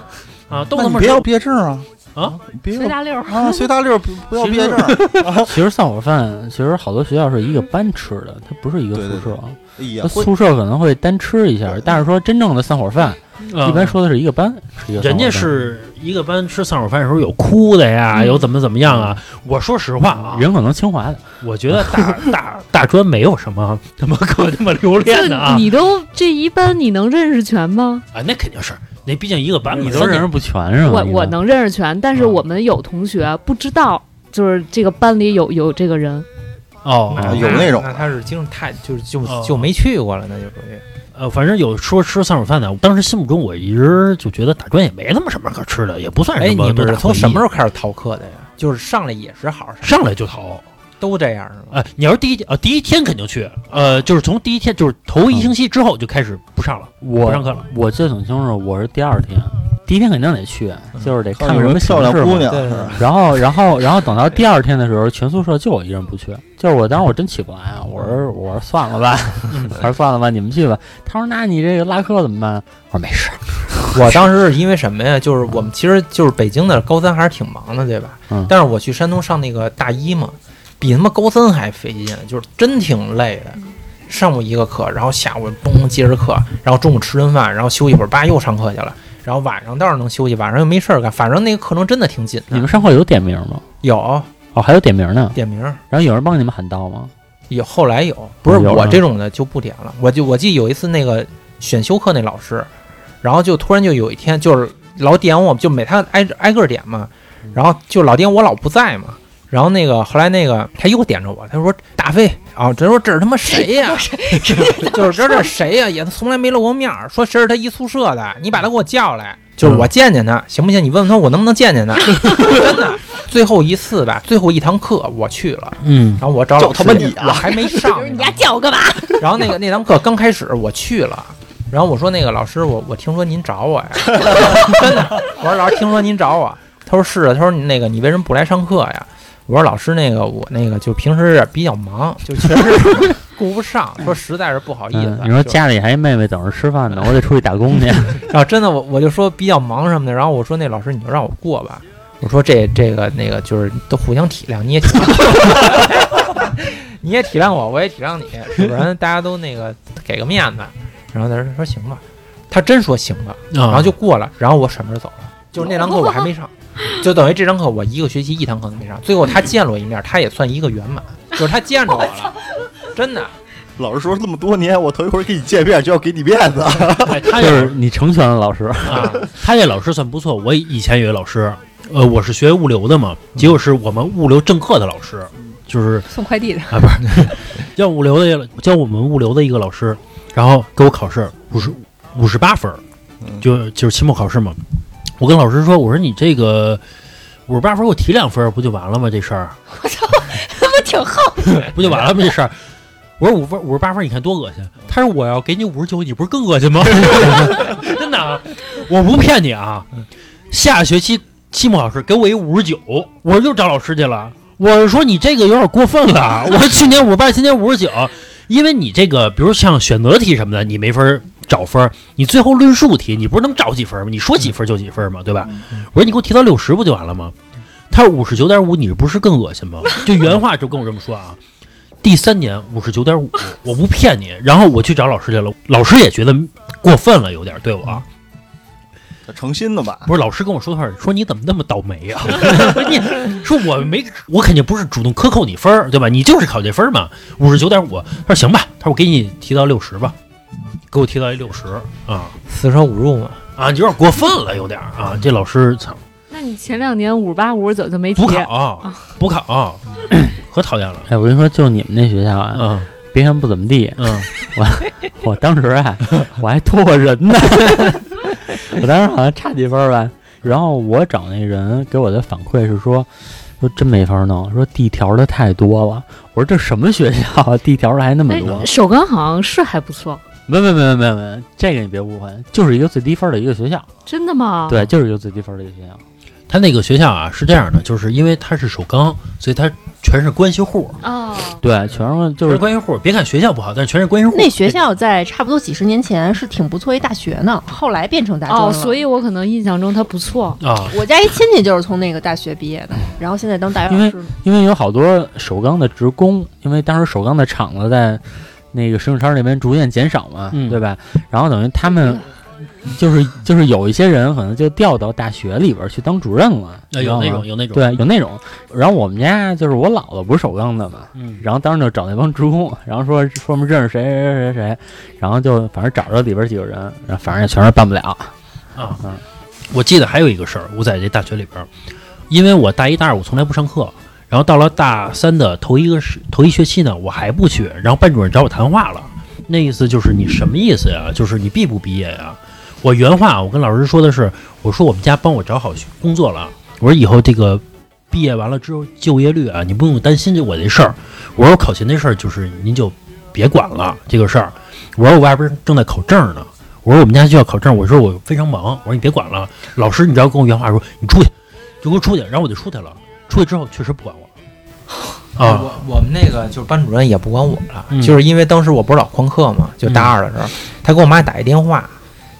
[SPEAKER 2] 啊，都
[SPEAKER 3] 那
[SPEAKER 2] 他
[SPEAKER 3] 你
[SPEAKER 2] 妈
[SPEAKER 3] 别
[SPEAKER 2] 吃
[SPEAKER 3] 要毕业证啊！
[SPEAKER 2] 啊，
[SPEAKER 3] 别
[SPEAKER 4] 随
[SPEAKER 3] 要
[SPEAKER 4] 大溜儿。
[SPEAKER 3] 啊，随大溜儿，不不要
[SPEAKER 6] 其
[SPEAKER 3] 毕
[SPEAKER 6] 实
[SPEAKER 3] 业证儿。
[SPEAKER 6] [laughs] 其实散伙饭，其实好多学校是一个班吃的，它不是一个宿舍。啊
[SPEAKER 3] 哎呀
[SPEAKER 6] [laughs] 它，
[SPEAKER 3] 会
[SPEAKER 6] 宿舍可能会单吃一下，但是说真正的散伙饭，
[SPEAKER 2] 啊
[SPEAKER 6] 一般说的是一个班吃一个散
[SPEAKER 2] 人
[SPEAKER 6] 伙饭。
[SPEAKER 2] 家是一个班吃散伙饭的时候有哭的呀，有怎么怎么样啊。我说实话啊，
[SPEAKER 6] 人可能清华的，
[SPEAKER 2] 我觉得大 [laughs] 大大专没有什么他妈可他妈留恋的
[SPEAKER 7] 就
[SPEAKER 2] 啊
[SPEAKER 7] 你都这一班，你能认识全吗？
[SPEAKER 2] 啊，那肯定是那毕竟一个班
[SPEAKER 6] 你
[SPEAKER 2] 嘛，
[SPEAKER 6] 都认识不全是吧？
[SPEAKER 7] 我
[SPEAKER 6] 一般
[SPEAKER 7] 我能认识全，但是
[SPEAKER 2] 嗯
[SPEAKER 7] 我们有同学不知道，就是这个班里有有这个人，
[SPEAKER 2] 哦，
[SPEAKER 3] 啊有那种
[SPEAKER 5] 嗯那他是经历太就是就
[SPEAKER 2] 哦
[SPEAKER 5] 就没去过了，那就属于
[SPEAKER 2] 呃，反正有说吃散伙饭的，我当时心目中我一直就觉得大专也没他妈什么可吃的，也不算
[SPEAKER 5] 哎，
[SPEAKER 2] 什
[SPEAKER 5] 你
[SPEAKER 2] 么多大回忆。
[SPEAKER 5] 们是从什么时候开始逃课的呀？就是上来也是好上
[SPEAKER 2] 上来就逃？
[SPEAKER 5] 都这样是吗？
[SPEAKER 2] 呃，你要是第一天呃第一天肯定去，呃，就是从第一天就是头一星期之后就开始不上了，不上
[SPEAKER 6] 我
[SPEAKER 2] 课了。
[SPEAKER 6] 我记得挺清楚，我是第二天，第一天肯定得去，就是得看
[SPEAKER 3] 嗯有
[SPEAKER 6] 看
[SPEAKER 3] 没
[SPEAKER 6] 什
[SPEAKER 3] 有
[SPEAKER 6] 么
[SPEAKER 3] 漂亮
[SPEAKER 6] 形式嘛
[SPEAKER 3] 姑娘？
[SPEAKER 5] 对啊
[SPEAKER 3] 是吧
[SPEAKER 6] 然后，然后，然后等到第二天的时候，全宿舍就我一人不去，就是我当时我真起不来啊，我说我说算了 [laughs] 吧，还是算了吧，你们去吧。他说那你这个拉客怎么办？我说没事，
[SPEAKER 5] [laughs] 我当时是因为什么呀？就是我们其实就是北京的高三还是挺忙的，对吧？
[SPEAKER 6] 嗯
[SPEAKER 5] 但是我去山东上那个大一嘛，比他妈高三还费劲，就是真挺累的。上午一个课，然后下午嘣接着课，然后中午吃顿饭，然后休息一会儿，叭又上课去了。然后晚上倒是能休息，晚上又没事儿干，反正那个课程真的挺紧
[SPEAKER 6] 你
[SPEAKER 5] 的
[SPEAKER 6] 们。上课有点名吗？
[SPEAKER 5] 有
[SPEAKER 6] 哦，还有点名呢。
[SPEAKER 5] 点名儿，
[SPEAKER 6] 然后有人帮你们喊到吗？
[SPEAKER 5] 有后来有，不是
[SPEAKER 6] 有啊
[SPEAKER 5] 我这种的就不点了。我就我记得有一次那个选修课那老师，然后就突然就有一天就是老点我，就每他挨着挨个儿点嘛，
[SPEAKER 6] 嗯
[SPEAKER 5] 然后就老点我老不在嘛。然后那个后来那个他又点着我，他说大飞啊，他说这是他妈谁呀、 [laughs] 就是这这是谁呀、也从来没露过面儿，说谁是他一宿舍的，你把他给我叫来，
[SPEAKER 6] 嗯
[SPEAKER 5] 就是我见见他行不行？你问问他我能不能见见 [laughs] 他，真的。最后一次吧，最后一堂课我去了，
[SPEAKER 6] 嗯，
[SPEAKER 5] 然后我找
[SPEAKER 3] 就
[SPEAKER 5] 老师
[SPEAKER 3] 他妈你
[SPEAKER 5] 我还没上呢，
[SPEAKER 4] 你家叫我干嘛？
[SPEAKER 5] 然后那个那堂课刚开始我去了，然后我说那个老师，我我听说您找我 [laughs] 呀，真的，我说老师听说您找我，他说是啊，他说那个你为什么不来上课呀？我说老师那个我那个就平时比较忙，就确实 [laughs] 顾不上，说实在是不好意思
[SPEAKER 6] 嗯
[SPEAKER 5] 啊。
[SPEAKER 6] 你说
[SPEAKER 5] 就
[SPEAKER 6] 家里还一妹妹等着吃饭呢，我得
[SPEAKER 2] 啊
[SPEAKER 6] 出去打工
[SPEAKER 5] [laughs]
[SPEAKER 6] 去。
[SPEAKER 5] 然啊后真的我我就说比较忙什么的，然后我说那老师你就让我过吧，我说这这个那个就是都互相体谅，你也体谅。 [laughs] 你也体谅我，我也体谅你，是不是？大家都那个给个面子。然后他说说行吧，他真说行吧，
[SPEAKER 2] 然
[SPEAKER 5] 然后就过了，然后我甩门走了。就是那堂课我还没上，就等于这堂课我一个学期一堂课都没上。最后他见了我一面，他也算一个圆满，就是他见着我了，真的。
[SPEAKER 3] 老师说这么多年，我头一回跟你见面就要给你面子， [laughs]
[SPEAKER 5] [laughs]
[SPEAKER 2] 哎他
[SPEAKER 6] [laughs]
[SPEAKER 2] 也
[SPEAKER 6] 就是你成全了老师，
[SPEAKER 2] 啊，他这老师算不错。我以前有一老师，呃，我是学物流的嘛，结果是我们物流政课的老师，就是
[SPEAKER 4] 送快递的，
[SPEAKER 2] 啊，不是教物流的教我们物流的一个老师，然后给我考试五十五十八分儿，
[SPEAKER 3] 嗯
[SPEAKER 2] 就就是期末考试嘛。我跟老师说，我说你这个五十八分儿，我提两分儿不就完了吗？这事儿
[SPEAKER 4] 他不挺横？
[SPEAKER 2] 不就完了吗？这事儿。我说五分五十八分儿，你看多恶心！他说我要给你五十九，你不是更恶心吗？ [laughs] 真的啊，我不骗你啊。下学期期末考试给我一五十九，我又找老师去了。我是说你这个有点过分了。啊我说去年五十八，今年五十九，因为你这个，比如像选择题什么的，你没法儿找分儿，你最后论述题，你不是能找几分儿吗？你说几分儿就几分儿嘛，对吧？我说你给我提到六十不就完了吗？他说五十九点五，你不是更恶心吗？就原话就跟我这么说啊。第三年五十九点五，我不骗你。然后我去找老师去了，老师也觉得过分了，有点对我。啊
[SPEAKER 3] 诚心的吧？
[SPEAKER 2] 不是老师跟我说的话，说你怎么那么倒霉啊？ [laughs] 不是你说我没，我肯定不是主动克扣你分儿，对吧？你就是考这分儿嘛，五十九点五。他说行吧，他说我给你提到六十吧，给我提到一六十啊
[SPEAKER 5] 四舍五入嘛，
[SPEAKER 2] 啊，有点过分了，有点儿啊。这老师操，
[SPEAKER 7] 那你前两年五十八、五十九就没提
[SPEAKER 2] 补，考补考，啊可讨厌了。
[SPEAKER 6] 哎，我跟你说，就是你们那学校啊，
[SPEAKER 2] 嗯
[SPEAKER 6] 别看不怎么地，
[SPEAKER 2] 嗯，
[SPEAKER 6] 我当时啊，我还拖过人呢，我当时好像差几分儿吧。然后我找那人给我的反馈是说，说真没法弄，说地条的太多了。我说这什么学校啊，地条的还那么
[SPEAKER 7] 哎
[SPEAKER 6] 多？，
[SPEAKER 7] 首钢好像是还不错，
[SPEAKER 6] 没没没没没没，这个你别误会，就是一个最低分儿的一个学校，
[SPEAKER 7] 真的吗？，
[SPEAKER 6] 对，就是一个最低分儿的一个学校。
[SPEAKER 2] 他那个学校啊是这样的，就是因为他是首钢，所以他全是关系户，
[SPEAKER 7] 哦，
[SPEAKER 6] 对，全是就
[SPEAKER 2] 全是
[SPEAKER 6] 是
[SPEAKER 2] 关系户。别看学校不好，但是全是关系户。
[SPEAKER 4] 那学校在差不多几十年前是挺不错一大学呢，后来变成大专了。
[SPEAKER 7] 哦，所以我可能印象中它不错。
[SPEAKER 2] 啊，
[SPEAKER 4] 我家一亲戚就是从那个大学毕业的，然后现在当大学
[SPEAKER 6] 因
[SPEAKER 4] 老
[SPEAKER 6] 为
[SPEAKER 4] 师。
[SPEAKER 6] 因为有好多首钢的职工，因为当时首钢的厂子在那个石景山那边逐渐减少嘛，
[SPEAKER 2] 嗯
[SPEAKER 6] 对吧？然后等于他们就是就是有一些人可能就调到大学里边去当主任了，
[SPEAKER 2] 那
[SPEAKER 6] 你知道
[SPEAKER 2] 哎有那
[SPEAKER 6] 吗
[SPEAKER 2] 种有那种，
[SPEAKER 6] 对有那种。然后我们家就是我姥姥不是首钢的嘛，
[SPEAKER 2] 嗯，
[SPEAKER 6] 然后当时就找那帮职工， [laughs] 然后说说我们认识谁谁谁谁，然后就反正找着里边几个人，然后反正也全是办不了。
[SPEAKER 2] 啊
[SPEAKER 6] 嗯，
[SPEAKER 2] 我记得还有一个事儿，我在这大学里边儿，因为我大一、大二我从来不上课，然后到了大三的头一个是头一学期呢，我还不去，然后班主任找我谈话了，那意思就是你什么意思呀？就是你毕不毕业呀？我原话啊我跟老师说的是，我说我们家帮我找好工作了，啊我说以后这个毕业完了之后就业率啊，你不用担心这我这事儿，我说我考勤那事儿就是您就别管了这个事儿，我说我外边正在考证呢。我说我们家就要考证，我说我非常忙，我说你别管了，老师你知道跟我原话说你出去，就给我出去，然后我就出去了，出去之后确实不管
[SPEAKER 5] [laughs]
[SPEAKER 2] 我了，啊，
[SPEAKER 5] 哎我我们那个就是班主任也不管我了，
[SPEAKER 2] 嗯
[SPEAKER 5] 就是因为当时我不是老旷课嘛，就大二的时候，他给我妈打一电话，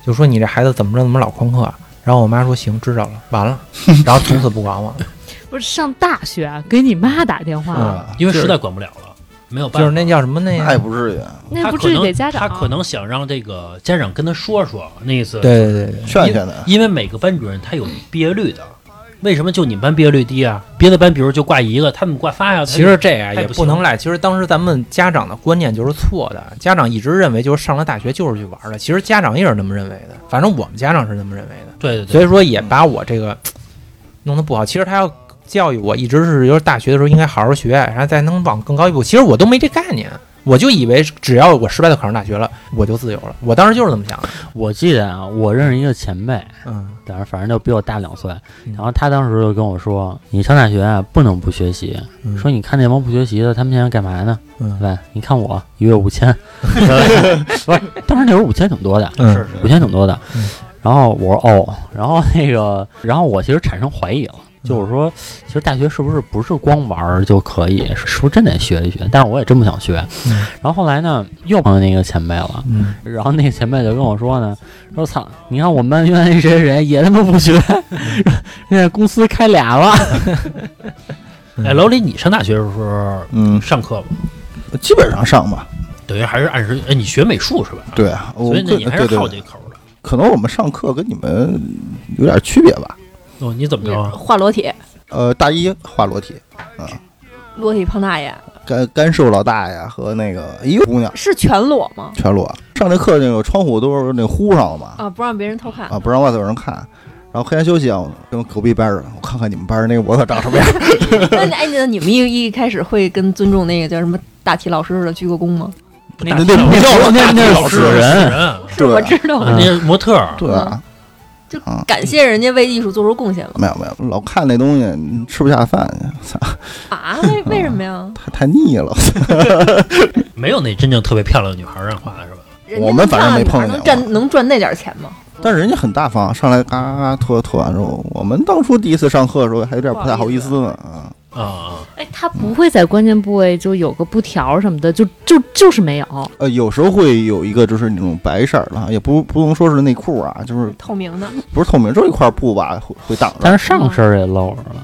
[SPEAKER 5] 就说你这孩子怎么着怎么老旷课，然后我妈说行知道了，完了，然后从此不管我了，
[SPEAKER 7] 不是上大学啊给你妈打电话，
[SPEAKER 5] 嗯
[SPEAKER 2] 因为实在管不了了，没有办
[SPEAKER 5] 就
[SPEAKER 2] 法，
[SPEAKER 5] 是那叫什么那
[SPEAKER 3] 那
[SPEAKER 5] 个
[SPEAKER 3] 也，不至于，啊
[SPEAKER 7] 那
[SPEAKER 2] 他
[SPEAKER 7] 不
[SPEAKER 2] 可
[SPEAKER 7] 至于
[SPEAKER 2] 能
[SPEAKER 7] 给家长。啊
[SPEAKER 2] 他可能想让这个家长跟他说说那意思，，
[SPEAKER 5] 对对对对，
[SPEAKER 3] 劝劝他。
[SPEAKER 2] 因为每个班主任他有毕业率的，为什么就你们班毕业率低啊？别的班比如就挂一个，他们挂仨呀，
[SPEAKER 5] 其实这样
[SPEAKER 2] 太
[SPEAKER 5] 也
[SPEAKER 2] 哎不
[SPEAKER 5] 不
[SPEAKER 2] 行
[SPEAKER 5] 能赖，其实当时咱们家长的观念就是错的，家长一直认为就是上了大学就是去玩儿的，其实家长也是那么认为的，反正我们家长是那么认为的，
[SPEAKER 2] 对对对，
[SPEAKER 5] 所以说也把我这个弄得不好。其实他要教育我，一直是就是大学的时候应该好好学，然后再能往更高一步。其实我都没这概念，我就以为只要我失败的考上大学了，我就自由了。我当时就是这么想的。
[SPEAKER 6] 我记得啊，我认识一个前辈，
[SPEAKER 5] 嗯，
[SPEAKER 6] 但是反正就比我大两岁，
[SPEAKER 5] 嗯
[SPEAKER 6] 然后他当时就跟我说：“你上大学啊，不能不学习。
[SPEAKER 5] 嗯
[SPEAKER 6] 说你看那帮不学习的，他们现在干嘛呢？
[SPEAKER 5] 嗯
[SPEAKER 6] 对吧？你看我一月五千，
[SPEAKER 5] [laughs]
[SPEAKER 6] 不是，当时那会儿五千挺多的，
[SPEAKER 5] 嗯
[SPEAKER 2] 是是
[SPEAKER 6] 五千挺多的
[SPEAKER 5] 嗯。
[SPEAKER 6] 然后我说哦，然后那个，然后我其实产生怀疑了，
[SPEAKER 5] 嗯
[SPEAKER 6] 就我说，其实大学是不是不是光玩儿就可以，是不是真得学一学？但是我也真不想学。
[SPEAKER 5] 嗯
[SPEAKER 6] 然后后来呢，又碰到那个前辈了，
[SPEAKER 5] 嗯，
[SPEAKER 6] 然后那个前辈就跟我说呢，说操，你看我们班原来那谁谁谁也他妈不 [laughs] 学，现在公司开俩了。
[SPEAKER 2] 哎，老李，你上大学的时候
[SPEAKER 3] 嗯，
[SPEAKER 2] 上课吗？
[SPEAKER 3] 基本上上吧。
[SPEAKER 2] 等于还是按时。哎，你学美术是吧？，
[SPEAKER 3] 对啊，我
[SPEAKER 2] 所以呢，
[SPEAKER 3] 个
[SPEAKER 2] 你还是
[SPEAKER 3] 对对
[SPEAKER 2] 好
[SPEAKER 3] 对，
[SPEAKER 2] 这口的。
[SPEAKER 3] 可能我们上课跟你们有点区别吧。
[SPEAKER 2] 哦，你怎么着啊？
[SPEAKER 4] 画裸体，
[SPEAKER 3] 呃，大一画裸体，
[SPEAKER 4] 裸体胖大爷
[SPEAKER 3] 干干瘦老大爷和那个一个姑娘
[SPEAKER 4] 是全裸吗？
[SPEAKER 3] 全裸。上这课那个窗户都是那糊上了嘛，
[SPEAKER 4] 啊，不让别人偷看。
[SPEAKER 3] 啊，不让外头有人看。然后黑暗休息啊，我跟隔壁班儿，我看看你们班儿那个模特长什么
[SPEAKER 2] [laughs]
[SPEAKER 3] 样。
[SPEAKER 4] [laughs] 那你哎，那你们一一开始会跟尊重那个叫什么大体老师似的鞠个躬吗？
[SPEAKER 6] 那那那
[SPEAKER 3] 叫
[SPEAKER 6] 那那
[SPEAKER 3] 老
[SPEAKER 6] 是
[SPEAKER 3] 师
[SPEAKER 6] 死
[SPEAKER 2] 死
[SPEAKER 6] 人，
[SPEAKER 2] 人，啊
[SPEAKER 4] 是我知道，
[SPEAKER 2] 那些模特儿，
[SPEAKER 3] [laughs] 对啊，
[SPEAKER 4] 感谢人家为艺术做出贡献了
[SPEAKER 3] 没有没有，老看那东西吃不下饭，操，
[SPEAKER 4] 啊？为为什么呀？
[SPEAKER 3] 太太腻了。 [laughs]
[SPEAKER 2] 没有那真正特别漂亮的女孩儿让画的是吧？
[SPEAKER 4] 人家
[SPEAKER 3] 我们反正没
[SPEAKER 4] 能干能
[SPEAKER 3] 碰见过
[SPEAKER 4] 赚能赚那点钱吗？
[SPEAKER 3] 但是人家很大方，上来嘎嘎嘎脱脱完之后，我们当初第一次上课的时候还有点不太好意思呢。啊，
[SPEAKER 2] 啊啊，
[SPEAKER 7] 哎，他不会在关键部位就有个布条什么的，就就就是没有。
[SPEAKER 3] 呃，有时候会有一个就是那种白色儿的，也不不能说是内裤啊，就是
[SPEAKER 4] 透明的，
[SPEAKER 3] 不是透明，就是一块布吧，会会挡着。
[SPEAKER 6] 但是上身儿也露着了。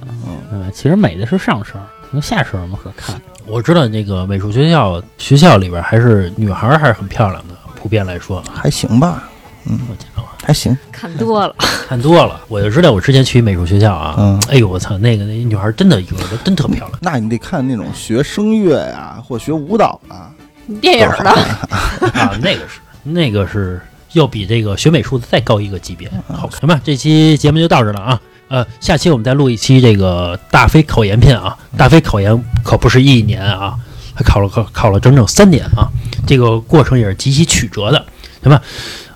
[SPEAKER 6] 嗯，其实美的是上身儿，那下身儿有什么可看的？
[SPEAKER 2] 我知道那个美术学校学校里边儿还是女孩儿还是很漂亮的，普遍来说，啊
[SPEAKER 3] 还行吧，
[SPEAKER 2] 我见到啊
[SPEAKER 3] 还行。
[SPEAKER 7] 看多了，
[SPEAKER 2] 看多了，我就知道我之前去美术学校啊，
[SPEAKER 3] 嗯
[SPEAKER 2] 哎呦我操，那个那女孩儿真的有的真特漂亮，
[SPEAKER 3] 那你得看那种学声乐呀、或学舞蹈啊，
[SPEAKER 4] [laughs] 电影儿的，
[SPEAKER 2] [laughs] 啊，那个是那个是要比这个学美术的再高一个级别，好看。行吧，这期节目就到这了啊。呃，下期我们再录一期这个大飞考研篇啊。大飞考研可不是一年啊，他考了考考了整整三年啊，这个过程也是极其曲折的，行吧？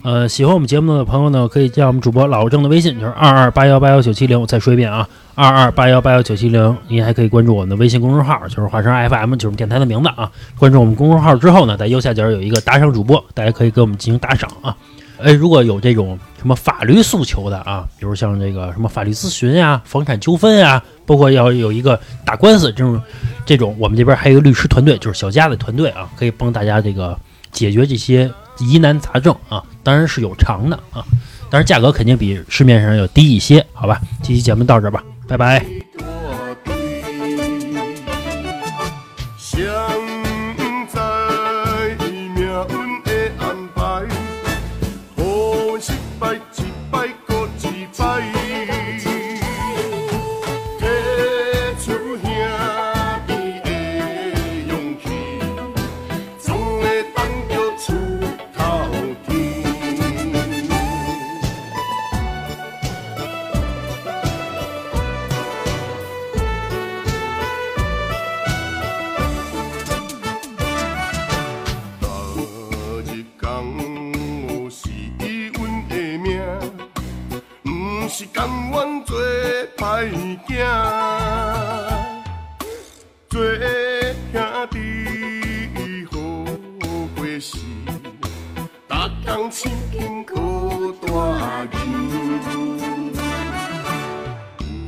[SPEAKER 2] 呃，喜欢我们节目的朋友呢，可以加我们主播老郑的微信，就是二二八幺八幺九七零。我再说一遍啊，二二八幺八幺九七零。您还可以关注我们的微信公众号，就是华声 FM，就是我们电台的名字啊。关注我们公众号之后呢，在右下角有一个打赏主播，大家可以给我们进行打赏啊。哎，如果有这种什么法律诉求的啊，比如像这个什么法律咨询呀、房产纠纷呀，包括要有一个打官司这种，这种我们这边还有一个律师团队，就是小佳的团队啊，可以帮大家这个解决这些疑难杂症啊，当然是有偿的啊，当然价格肯定比市面上要低一些，好吧？这期节目到这儿吧，拜拜。
[SPEAKER 1] 我对，谁不知命运的安排，互阮失败一摆搁一摆。提出兄弟的勇气，总会挡着出头天。日工有是阮的命，毋是甘愿做歹囝，做兄弟好过是，逐工亲近靠大牛，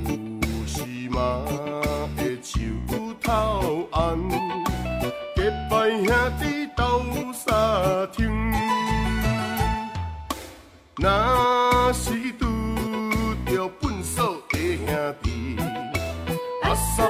[SPEAKER 1] 有时嘛会手头红。结拜兄弟斗相挺。若是拄着粪扫的兄弟，阿萨